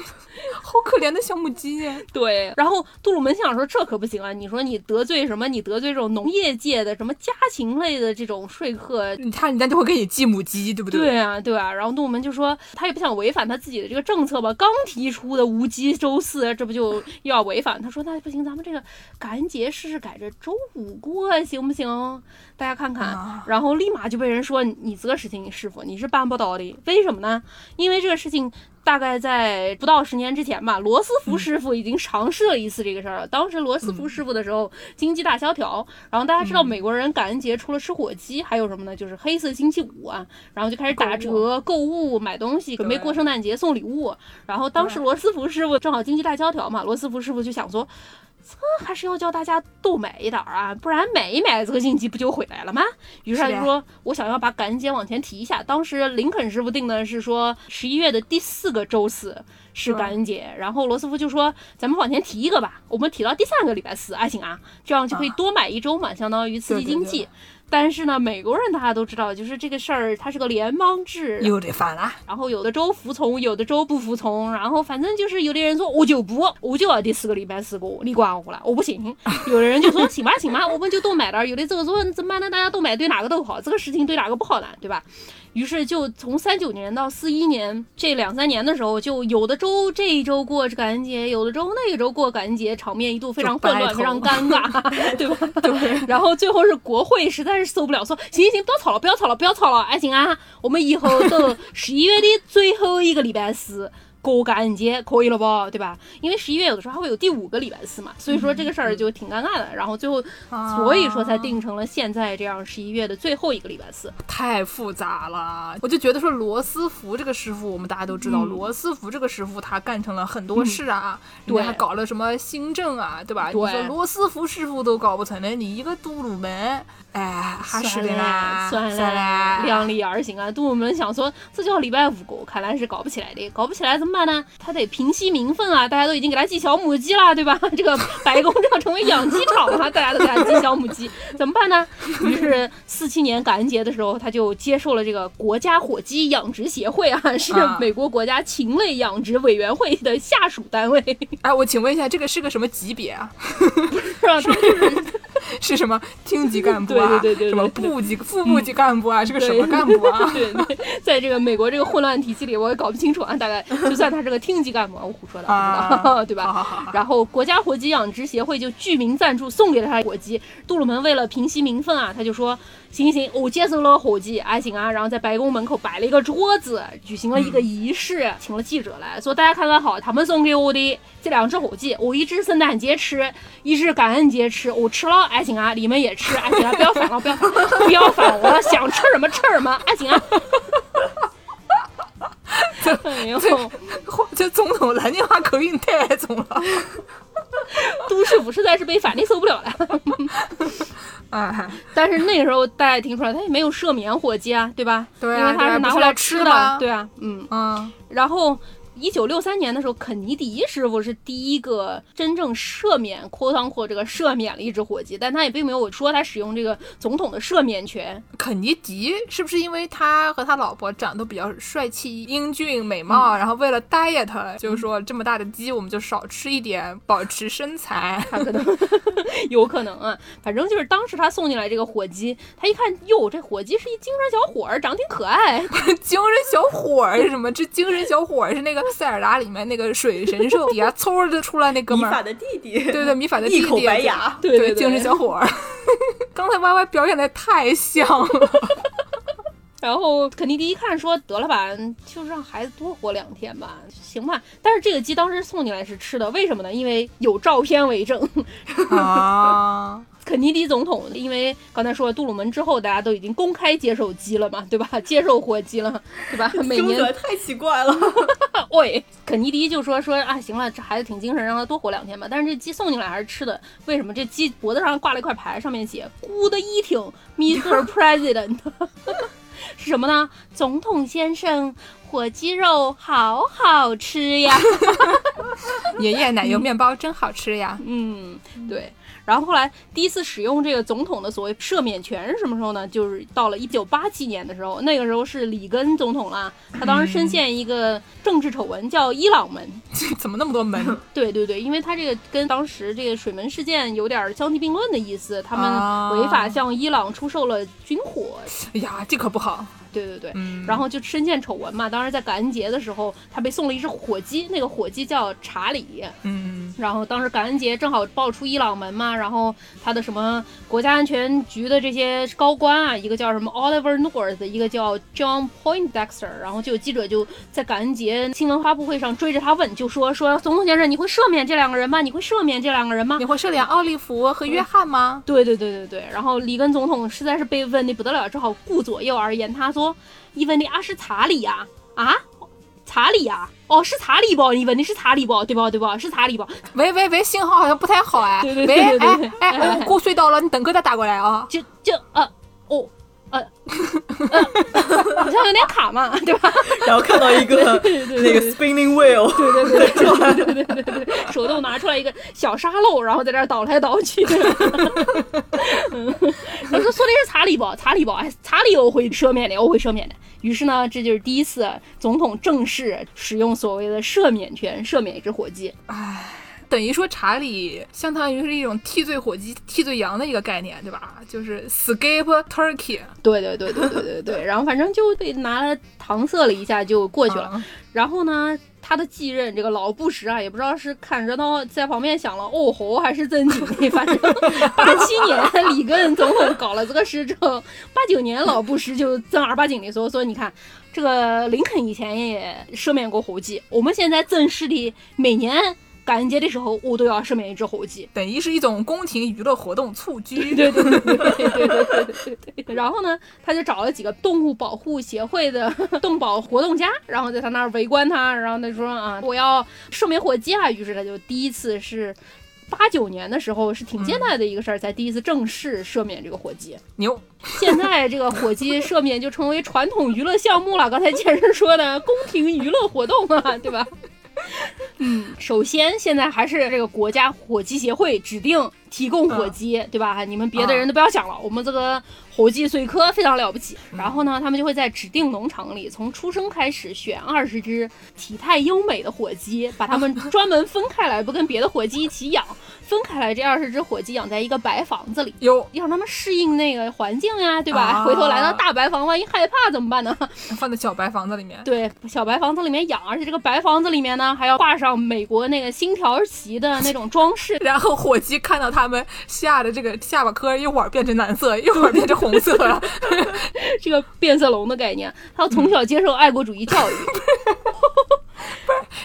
[SPEAKER 1] 好可怜的小母鸡呀！
[SPEAKER 2] 对，然后杜鲁门想说这可不行啊！你说你得罪什么？你得罪这种农业界的什么家禽类的这种说客，
[SPEAKER 1] 你看人家就会给你寄母鸡，对不对？
[SPEAKER 2] 对啊，对啊。然后杜鲁门就说他也不想违反他自己的这个政策吧，刚提出的无鸡周四，这不就又要违反？他说那不行，咱们这个感恩节试试改着周五过行不行？大家看看。
[SPEAKER 1] 啊
[SPEAKER 2] 然后立马就被人说你你这个事情你师傅你是办不到的，为什么呢？因为这个事情大概在不到十年之前吧，罗斯福师傅已经尝试了一次这个事儿了。当时罗斯福师傅的时候，经济大萧条，然后大家知道美国人感恩节除了吃火鸡，还有什么呢？就是黑色星期五啊，然后就开始打折、购物、买东西，准备过圣诞节送礼物。然后当时罗斯福师傅正好经济大萧条嘛，罗斯福师傅就想说。这还是要教大家多买一点儿啊，不然买一买这个经济不就回来了吗？于是他就说，我想要把感恩节往前提一下。当时林肯师傅定的是说十一月的第四个周四是
[SPEAKER 1] 嗯
[SPEAKER 2] 感恩节，然后罗斯福就说，咱们往前提一个吧，我们提到第三个礼拜四，啊行啊，这样就可以多买一周嘛，相当于刺
[SPEAKER 1] 对
[SPEAKER 2] 激
[SPEAKER 1] 对
[SPEAKER 2] 经济。但是呢，美国人大家都知道，就是这个事儿，它是个联邦制，
[SPEAKER 1] 又得反了，
[SPEAKER 2] 然后有的州服从，有的州不服从，然后反正就是有的人说我就不，我就要第四个礼拜四过，你管我了，我不行。 有的人就说行吧行吧，我们就都买点儿。有的这个说怎么办呢？大家都买对哪个都好，这个事情对哪个不好呢？对吧？于是就从三九年到四一年这两三年的时候，就有的州这一周过感恩节，有的州那个周过感恩节，场面一度非常混乱，
[SPEAKER 1] 就
[SPEAKER 2] 非
[SPEAKER 1] 掰
[SPEAKER 2] 常
[SPEAKER 1] 头
[SPEAKER 2] 尴尬，对吧？对。 然后最后是国会实在是受不了，说行行行，不要吵了，不要吵了，不要吵了，哎行啊，我们以后等十一月的最后一个礼拜四。过感恩节可以了吧，对吧？因为十一月有的时候还会有第五个礼拜四嘛，所以说这个事儿就挺尴尬的。然后最后，所以说才定成了现在这样十一月的最后一个礼拜四。
[SPEAKER 1] 太复杂了。我就觉得说罗斯福这个师傅，我们大家都知道，
[SPEAKER 2] 嗯
[SPEAKER 1] 罗斯福这个师傅他干成了很多事啊，
[SPEAKER 2] 对
[SPEAKER 1] 人家还搞了什么新政啊，对吧？
[SPEAKER 2] 对
[SPEAKER 1] 你说罗斯福师傅都搞不成了，你一个杜鲁门，哎，还是
[SPEAKER 2] 算
[SPEAKER 1] 的啦，
[SPEAKER 2] 算
[SPEAKER 1] 算啦，
[SPEAKER 2] 量力而行啊。杜鲁门想说，这叫礼拜五狗，看来是搞不起来的。搞不起来怎么办呢？他得平息民愤啊！大家都已经给他寄小母鸡了，对吧？ 这个白宫这要成为养鸡场了， 大家都给他寄小母鸡，怎么办呢？于是四七年感恩节的时候，他就接受了这个国家火鸡养殖协会啊，是
[SPEAKER 1] 啊
[SPEAKER 2] 美国国家禽类养殖委员会的下属单位，
[SPEAKER 1] 哎，我请问一下，这个是个什么级别啊？
[SPEAKER 2] 是吧？他们就是
[SPEAKER 1] 是什么厅级干部啊？
[SPEAKER 2] 对对对对对
[SPEAKER 1] 什么部级、副部级干部啊？是个什么干部 啊？
[SPEAKER 2] 对对，在这个美国这个混乱体系里，我也搞不清楚啊。大概就算他是个厅级干部啊，我胡说的，
[SPEAKER 1] 啊
[SPEAKER 2] 不知道 对吧？
[SPEAKER 1] 好好 好好，
[SPEAKER 2] 然后国家火鸡养殖协会就具名赞助送给了他火鸡。杜鲁门为了平息民愤啊，他就说：“行行，我接受了火鸡，还行啊。”然后在白宫门口摆了一个桌子，举行了一个仪式，请了记者来说：“大家看看好，他们送给我的这两只火鸡，我一只圣诞节吃，一只感恩节吃，我吃了，还行啊，你们也吃，还行啊，不要反了，不要反了，不要反了，想吃什么吃什么，还行啊。” 哎呦，
[SPEAKER 1] 这总统南京话口音太重 了。
[SPEAKER 2] 都市府实在是被反的受不了了。啊
[SPEAKER 1] 哎，
[SPEAKER 2] 但是那个时候大家也听出来，他也没有赦免火鸡啊，对吧？
[SPEAKER 1] 对啊
[SPEAKER 2] 因为他
[SPEAKER 1] 对啊不
[SPEAKER 2] 拿
[SPEAKER 1] 是
[SPEAKER 2] 回来
[SPEAKER 1] 要吃
[SPEAKER 2] 吃的
[SPEAKER 1] 吗，
[SPEAKER 2] 对啊，嗯。
[SPEAKER 1] 嗯，
[SPEAKER 2] 然后一九六三年的时候，肯尼迪师傅是第一个真正赦免 q u o t 这个赦免了一只火鸡，但他也并没有说他使用这个总统的赦免权，
[SPEAKER 1] 肯尼迪是不是因为他和他老婆长得比较帅气、英俊、美貌，然后为了 diet，就是说这么大的鸡我们就少吃一点，保持身材？
[SPEAKER 2] 他可能 有可能啊，反正就是当时他送进来这个火鸡，他一看，哟，这火鸡是一精神小伙儿，长得挺可 爱，
[SPEAKER 1] 精神小伙儿是什么？这精神小伙儿是那个塞尔达里面那个水神兽底下嗖的出来那哥
[SPEAKER 3] 米
[SPEAKER 1] 们儿
[SPEAKER 3] 法，的弟弟，
[SPEAKER 1] 对对，米法的弟
[SPEAKER 3] 一
[SPEAKER 1] 弟，
[SPEAKER 3] 口白牙，
[SPEAKER 2] 对对
[SPEAKER 1] 精神小伙儿。 刚才 Y Y 表演的太像了，
[SPEAKER 2] 然后肯尼迪一看说：“得了吧，就让孩子多活两天吧，行吧。”但是这个鸡当时送进来是吃的，为什么呢？因为有照片为证。
[SPEAKER 1] 啊，
[SPEAKER 2] 肯尼迪总统因为刚才说了杜鲁门之后，大家都已经公 开接受鸡了嘛，对吧？接受活鸡了，对吧？每
[SPEAKER 3] 听起
[SPEAKER 2] 年
[SPEAKER 3] 来太奇怪了。
[SPEAKER 2] 啊，喂，肯尼迪就说说啊，行了，这孩子挺精神，让他多活两天吧。但是这鸡送进来还是吃的，为什么？这鸡脖子上挂了一块牌，上面写 “Good eating, Mr. President” 是什么呢？总统先生，火鸡肉好好吃呀。
[SPEAKER 5] 爷爷奶油面包真好吃呀！
[SPEAKER 2] 嗯，对。然后后来第一次使用这个总统的所谓赦免权是什么时候呢？就是到了一九八七年的时候，那个时候是里根总统啦，他当时深陷一个政治丑闻，叫伊朗门。
[SPEAKER 1] 怎么那么多门？
[SPEAKER 2] 对对对，因为他这个跟当时这个水门事件有点相提并论的意思，他
[SPEAKER 1] 啊
[SPEAKER 2] 们违法向伊朗出售了军火。
[SPEAKER 1] 哎呀，这可不好。
[SPEAKER 2] 对对对，
[SPEAKER 1] 嗯，
[SPEAKER 2] 然后就深陷丑闻嘛。当时在感恩节的时候，他被送了一只火鸡，那个火鸡叫查理。
[SPEAKER 1] 嗯，
[SPEAKER 2] 然后当时感恩节正好爆出伊朗门嘛，然后他的什么国家安全局的这些高官啊，一个叫什么 Oliver North，一个叫 John Poindexter，然后就有记者就在感恩节新闻发布会上追着他问，就说说总统先生，你会赦免这两个人吗？你会赦免这两个人吗
[SPEAKER 5] 你？会收敛奥利弗和
[SPEAKER 2] 嗯
[SPEAKER 5] 约翰吗？
[SPEAKER 2] 对对对对对，然后里根总统实在是被问的不得了，只好顾左右而言他，说：“伊文的啊是查理呀、啊，查理呀、哦是查理不？你问的是查理不？对吧？对吧？是查理不？
[SPEAKER 5] 喂喂喂，信号好像不太好哎。
[SPEAKER 2] 对对对对对
[SPEAKER 5] 喂，哎哎，我过隧道了，你等哥再打过来啊。
[SPEAKER 2] 就就呃哦呃呃，好像有点卡嘛，对吧？
[SPEAKER 3] 然后看到一个那个 spinning wheel，
[SPEAKER 2] 对对对对对对对对，手动拿出来一个小沙漏，然后在这儿倒来倒去。嗯，我说说的是查理宝，查理宝，哎，查理我会赦免的，我会赦免的。于是呢，这就是第一次总统正式使用所谓的赦免权，赦免一只火鸡。
[SPEAKER 1] 等于说查理相当于是一种替罪火鸡、替罪羊的一个概念，对吧？就是 scape turkey。
[SPEAKER 2] 对对对对对对对，然后反正就被拿来搪塞了一下就过去了。
[SPEAKER 1] 啊
[SPEAKER 2] 然后呢，他的继任这个老布什啊，也不知道是看热闹在旁边想了哦吼，还是真紧的。反正八七年里根总统搞了这个事之后，八九年老布什就正儿八经的说说，你看这个林肯以前也赦免过猴祭，我们现在正式的每年感恩节的时候，我都要赦免一只猴祭。
[SPEAKER 1] 等于是一种宫廷娱乐活动蹴鞠。
[SPEAKER 2] 对对对对对对对对对。然后呢，他就找了几个动物保护协会的动保活动家，然后在他那儿围观他，然后他说啊，我要赦免火鸡啊。于是他就第一次是。八九年的时候是挺艰难的一个事儿，才第一次正式赦免这个火鸡。
[SPEAKER 1] 牛，
[SPEAKER 2] 现在这个火鸡赦免就成为传统娱乐项目了。刚才健身说的宫廷娱乐活动啊，对吧？ 嗯，首先现在还是这个国家火鸡协会指定提供火鸡，对吧？你们别的人都不要想了，我们这个火鸡水科非常了不起。然后呢，他们就会在指定农场里从出生开始选二十只体态优美的火鸡，把它们专门分开来，不跟别的火鸡一起养，分开来这二十只火鸡养在一个白房子里。
[SPEAKER 1] 哟，
[SPEAKER 2] 让他们适应那个环境呀，对吧？
[SPEAKER 1] 啊
[SPEAKER 2] 回头来到大白房，万一害怕怎么办呢？
[SPEAKER 1] 放在小白房子里面。。
[SPEAKER 2] 对，小白房子里面养，而且这个白房子里面呢，还要挂上美国那个星条旗的那种装饰
[SPEAKER 1] 然后火鸡看到他们吓得这个下巴颏儿一会儿变成蓝色，一会儿变成红色了。
[SPEAKER 2] 这个变色龙的概念，他要从小接受爱国主义教育，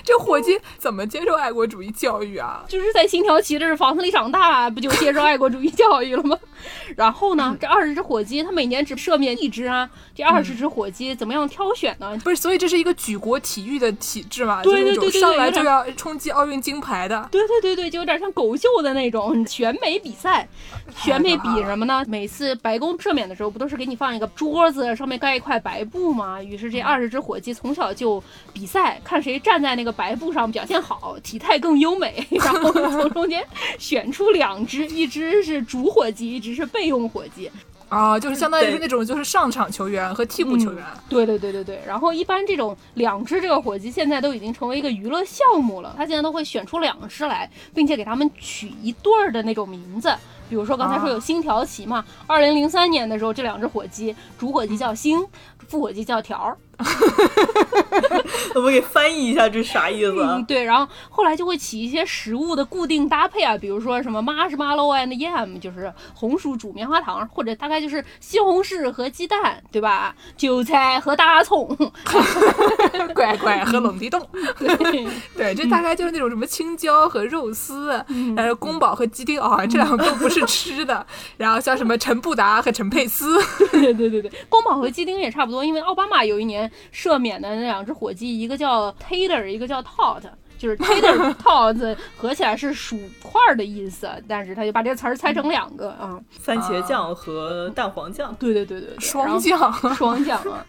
[SPEAKER 1] 这火鸡怎么接受爱国主义教育啊？
[SPEAKER 2] 就是在星条旗这房子里长大，不就接受爱国主义教育了吗？ 然后呢，这二十只火鸡，它每年只赦免一只啊。这二十只火鸡怎么样挑选呢？
[SPEAKER 1] 不是，所以这是一个举国体育的体制嘛？
[SPEAKER 2] 对对
[SPEAKER 1] 就是那种
[SPEAKER 2] 对对
[SPEAKER 1] 上
[SPEAKER 2] 对
[SPEAKER 1] 来
[SPEAKER 2] 有点
[SPEAKER 1] 就要冲击奥运金牌的。
[SPEAKER 2] 对对对对，就有点像狗秀的那种选美比赛。选美比什么呢？每次白宫赦免的时候，不都是给你放一个桌子，上面盖一块白布吗？于是这二十只火鸡从小就比赛，看谁站在那个白布上表现好，体态更优美，然后从中间选出两只，一只是主火鸡，一只是备用火鸡。
[SPEAKER 1] 啊，就是相当于
[SPEAKER 3] 对
[SPEAKER 1] 是那种就是上场球员和替补球员。
[SPEAKER 2] 嗯对对对对对，然后一般这种两只这个火鸡现在都已经成为一个娱乐项目了，它现在都会选出两只来，并且给它们取一对儿的那种名字。比如说刚才说有星条旗嘛，二零零三年的时候，这两只火鸡，主火鸡叫星，副火鸡叫条儿。
[SPEAKER 3] 我们给翻译一下这啥意思 啊？
[SPEAKER 2] 嗯，对，然后后来就会起一些食物的固定搭配啊，比如说什么 marshmallow and yam，就是红薯煮棉花糖，或者大概就是西红柿和鸡蛋，对吧？韭菜和大葱， 嗯
[SPEAKER 1] 乖乖和冷地冻，
[SPEAKER 2] 对。
[SPEAKER 1] 对，这大概就是那种什么青椒和肉丝，
[SPEAKER 2] 嗯
[SPEAKER 1] 然后宫保和鸡丁啊，这两个都不是吃 的。然后像什么陈布达和陈佩斯，
[SPEAKER 2] 对对对对，宫保和鸡丁也差不多，因为奥巴马有一年赦免的那两只火鸡，一个叫 Tater，一个叫 Tot。就是 tater tot 合起来是薯块儿的意思，但是他就把这个词儿拆成两个啊、嗯
[SPEAKER 3] 番茄酱和蛋黄酱，
[SPEAKER 2] 对对对对，对
[SPEAKER 1] 双，降，
[SPEAKER 2] 然后双降啊。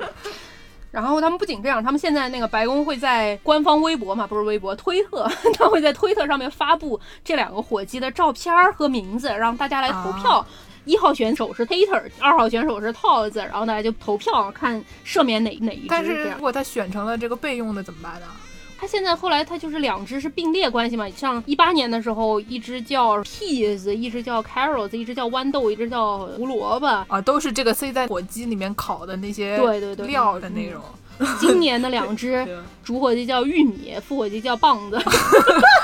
[SPEAKER 2] 然后他们不仅这样，他们现在那个白宫会在官方微博嘛，不是微博，推特， 他会在推特上面发布这两个火鸡的照片儿和名字，让大家来投
[SPEAKER 1] 啊
[SPEAKER 2] 票。一、号选手是 Tater，二号选手是 Toz，然后大家就投票看赦免哪哪一只。
[SPEAKER 1] 但
[SPEAKER 2] 这
[SPEAKER 1] 是
[SPEAKER 2] 样
[SPEAKER 1] 如果他选成了这个备用的怎么办呢？
[SPEAKER 2] 它现在后来它就是两只是并列关系嘛，像一八年的时候，一只叫 peas，一只叫 carrots，一只叫豌豆，一只叫胡萝卜。
[SPEAKER 1] 啊，都是这个塞在火鸡里面烤的那些
[SPEAKER 2] 对对对
[SPEAKER 1] 料的内容。
[SPEAKER 2] 今年的两
[SPEAKER 3] 对
[SPEAKER 2] 只
[SPEAKER 3] 啊
[SPEAKER 2] 主火鸡叫玉米，副火鸡叫棒子，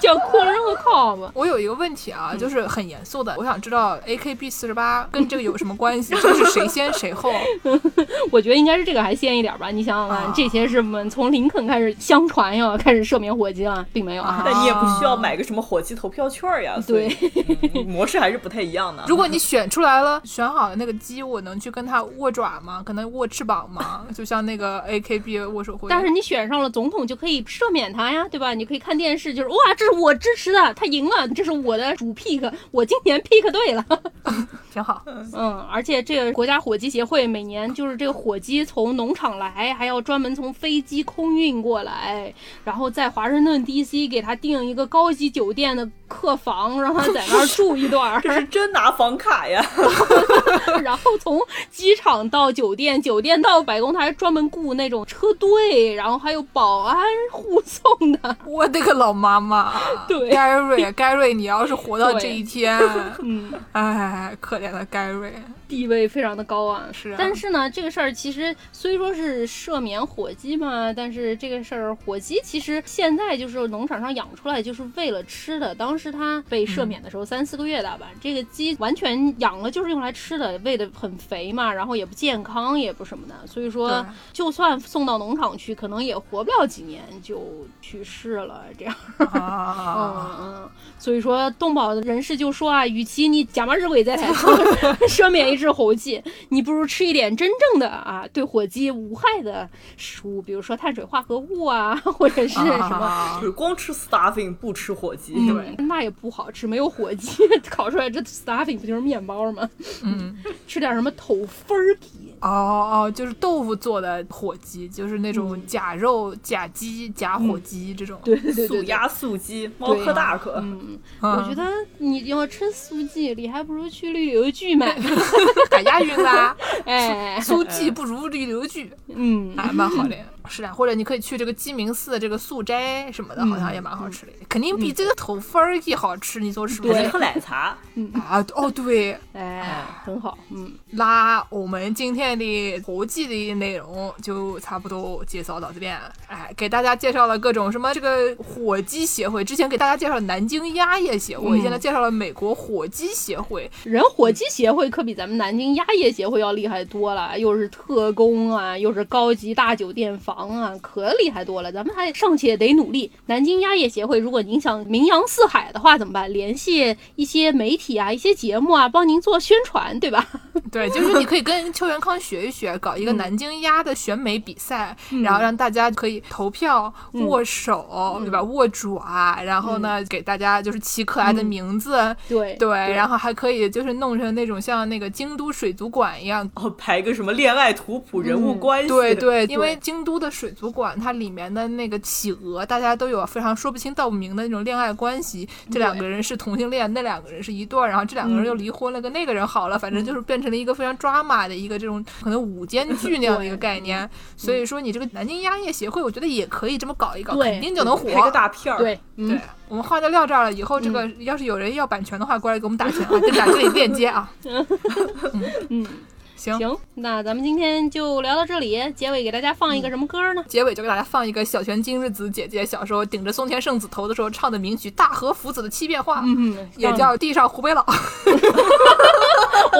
[SPEAKER 2] 叫 corn cob。
[SPEAKER 1] 我有一个问题啊，
[SPEAKER 2] 嗯
[SPEAKER 1] 就是很严肃的，我想知道 A K B 四十八跟这个有什么关 系？就是谁先谁后？
[SPEAKER 2] 我觉得应该是这个还鲜一点吧。你想想看，
[SPEAKER 1] 啊
[SPEAKER 2] 这些是我们从林肯开始相传要开始赦免火鸡了，并没有啊
[SPEAKER 1] 啊。
[SPEAKER 3] 但你也不需要买个什么火鸡投票券儿呀，所以、嗯模式还是不太一样的。
[SPEAKER 1] 如果你选出来了，选好了那个鸡，我能去跟它握爪吗？跟它握翅膀吗？就像那个 A K B 握手会。
[SPEAKER 2] 但是你选上了总统，就可以赦免他呀，对吧？你可以看电视，就是哇，这是我支持的，他赢了，这是我的主 pick，我今年 pick 对了。
[SPEAKER 1] 挺好，
[SPEAKER 2] 嗯，而且这个国家火鸡协会每年就是这个火鸡从农场来，还要专门从飞机空运过来，然后在华盛顿 D.C. 给他订一个高级酒店的客房，让他在那儿住一段儿。
[SPEAKER 3] 这是真拿房卡呀！
[SPEAKER 2] 然后从机场到酒店，酒店到白宫，他还专门雇那种车队，然后还有保安护送的。
[SPEAKER 1] 我的个老妈妈！
[SPEAKER 2] 对
[SPEAKER 1] 盖瑞，盖瑞，你要是活到这一 天，
[SPEAKER 2] 嗯，
[SPEAKER 1] 哎，可怜的盖瑞，
[SPEAKER 2] 地位非常的高啊。
[SPEAKER 1] 是啊
[SPEAKER 2] 但是呢，这个事儿其实虽说是赦免火鸡嘛，但是这个事儿火鸡其实现在就是农场上养出来就是为了吃的。当时它被赦免的时候三四个月大吧，这个鸡完全养了就是用来吃的，喂的很肥嘛，然后也不健康，也不什么的。所以说
[SPEAKER 1] 对，
[SPEAKER 2] 就算送到农场去，可能也活不了几年就去世了，这样。
[SPEAKER 1] 啊，
[SPEAKER 2] 嗯，嗯，所以说动保的人士就说啊，与其你假冒日鬼在台上 赦免一只猴鸡，你不如吃一点真正的啊对火鸡无害的食物，比如说碳水化合物啊， 或者是什么。
[SPEAKER 1] 啊
[SPEAKER 3] 就？是光吃 stuffing 不吃火鸡，
[SPEAKER 2] 嗯，那也不好吃，没有火鸡 烤出来这 stuffing 不就是面包吗？
[SPEAKER 1] 嗯，
[SPEAKER 2] 吃点什么头分儿皮，
[SPEAKER 1] 哦哦，就是豆腐做的火鸡，就是那
[SPEAKER 2] 嗯
[SPEAKER 1] 种假肉、假鸡、假火鸡这种。
[SPEAKER 2] 对对对
[SPEAKER 3] 素
[SPEAKER 2] 对对，
[SPEAKER 3] 鸭、素鸡、猫科大可。
[SPEAKER 2] 嗯，
[SPEAKER 1] 嗯
[SPEAKER 2] 我觉得你要吃素鸡，你还不如去绿柳剧买 呢。
[SPEAKER 1] 改押韵 啦，
[SPEAKER 2] 哎，
[SPEAKER 1] 苏记不如绿柳居，
[SPEAKER 2] 嗯，
[SPEAKER 1] 还蛮好的。是啊的，或者你可以去这个鸡鸣寺这个素斋什么
[SPEAKER 2] 嗯
[SPEAKER 1] 的，好像也蛮好吃的，肯定比这个头分儿鸡好吃，你说是不
[SPEAKER 3] 还
[SPEAKER 1] 是
[SPEAKER 3] 是？喝奶茶，
[SPEAKER 1] 啊，哦对。
[SPEAKER 2] 哎，很好，嗯。
[SPEAKER 1] 那我们今天的活计的内容就差不多介绍到这边。哎，给大家介绍了各种什么这个火鸡协会，之前给大家介绍了南京鸭业协会，
[SPEAKER 2] 嗯
[SPEAKER 1] 现在介绍了美国火鸡协会，
[SPEAKER 2] 人火鸡协会可比咱们南京鸭业协会要厉害多了，又是特工啊，又是高级大酒店房啊，可厉害多了。咱们还尚且得努力。南京鸭业协会，如果您想名扬四海的话，怎么办？联系一些媒体啊，一些节目啊，帮您做宣传，对吧？
[SPEAKER 1] 对，就是你可以跟邱元康学一学，搞一个南京鸭的选美比赛，然后让大家可以投票、握手，对吧？握爪，然后呢，给大家就是起可爱的名字，
[SPEAKER 2] 对
[SPEAKER 1] 对，然后还可以就是弄成那种像那个京都水族馆一样。
[SPEAKER 3] 哦，排个什么恋爱图谱、人物关系，
[SPEAKER 1] 对对，因为京都的水族馆，它里面的那个企鹅，大家都有非常说不清道不明的那种恋爱关系。这两个人是同性恋，那两个人是一对儿，然后这两个人又离婚了，跟那个人好了，反正就是变成了一个非常抓马的一个这种可能午间剧那样的一个概念。所以说，你这个南京鸭业协会，我觉得也可以这么搞一搞，
[SPEAKER 2] 对
[SPEAKER 1] 肯定就能火。
[SPEAKER 3] 拍个大片儿，，
[SPEAKER 2] 对，嗯
[SPEAKER 1] 对，我们话就撂这儿了。以后这个要是有人要版权的话，过来给我们打钱啊，就打这里链接啊。
[SPEAKER 2] 嗯，
[SPEAKER 1] 行，
[SPEAKER 2] 行，那咱们今天就聊到这里，结尾给大家放一个什么歌呢？
[SPEAKER 1] 结尾就给大家放一个小泉今日子姐姐小时候顶着松田圣子头的时候唱的名曲《大和福子的七变化》，
[SPEAKER 2] 嗯，
[SPEAKER 1] 也 叫《地上湖北 佬》。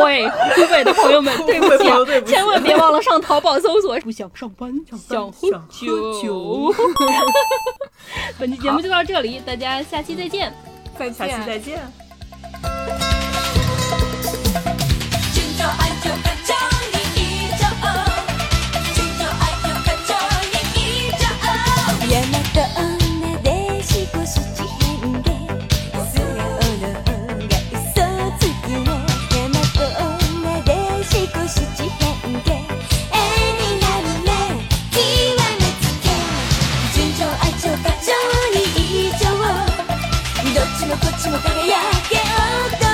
[SPEAKER 2] 喂，湖北的朋友 们，对不起、
[SPEAKER 3] 湖北朋友对
[SPEAKER 2] 啊，
[SPEAKER 3] 不起
[SPEAKER 2] 千万别忘了上淘宝搜索“不想上班，想
[SPEAKER 3] 想
[SPEAKER 2] 喝
[SPEAKER 3] 想喝
[SPEAKER 2] 酒
[SPEAKER 3] 酒”。
[SPEAKER 2] 本期节目就到这里，大家下期再见。
[SPEAKER 1] 再
[SPEAKER 3] 下期再见。
[SPEAKER 6] 진짜 안좋 같죠 니 잊어 진짜 안 霜も輝け踊る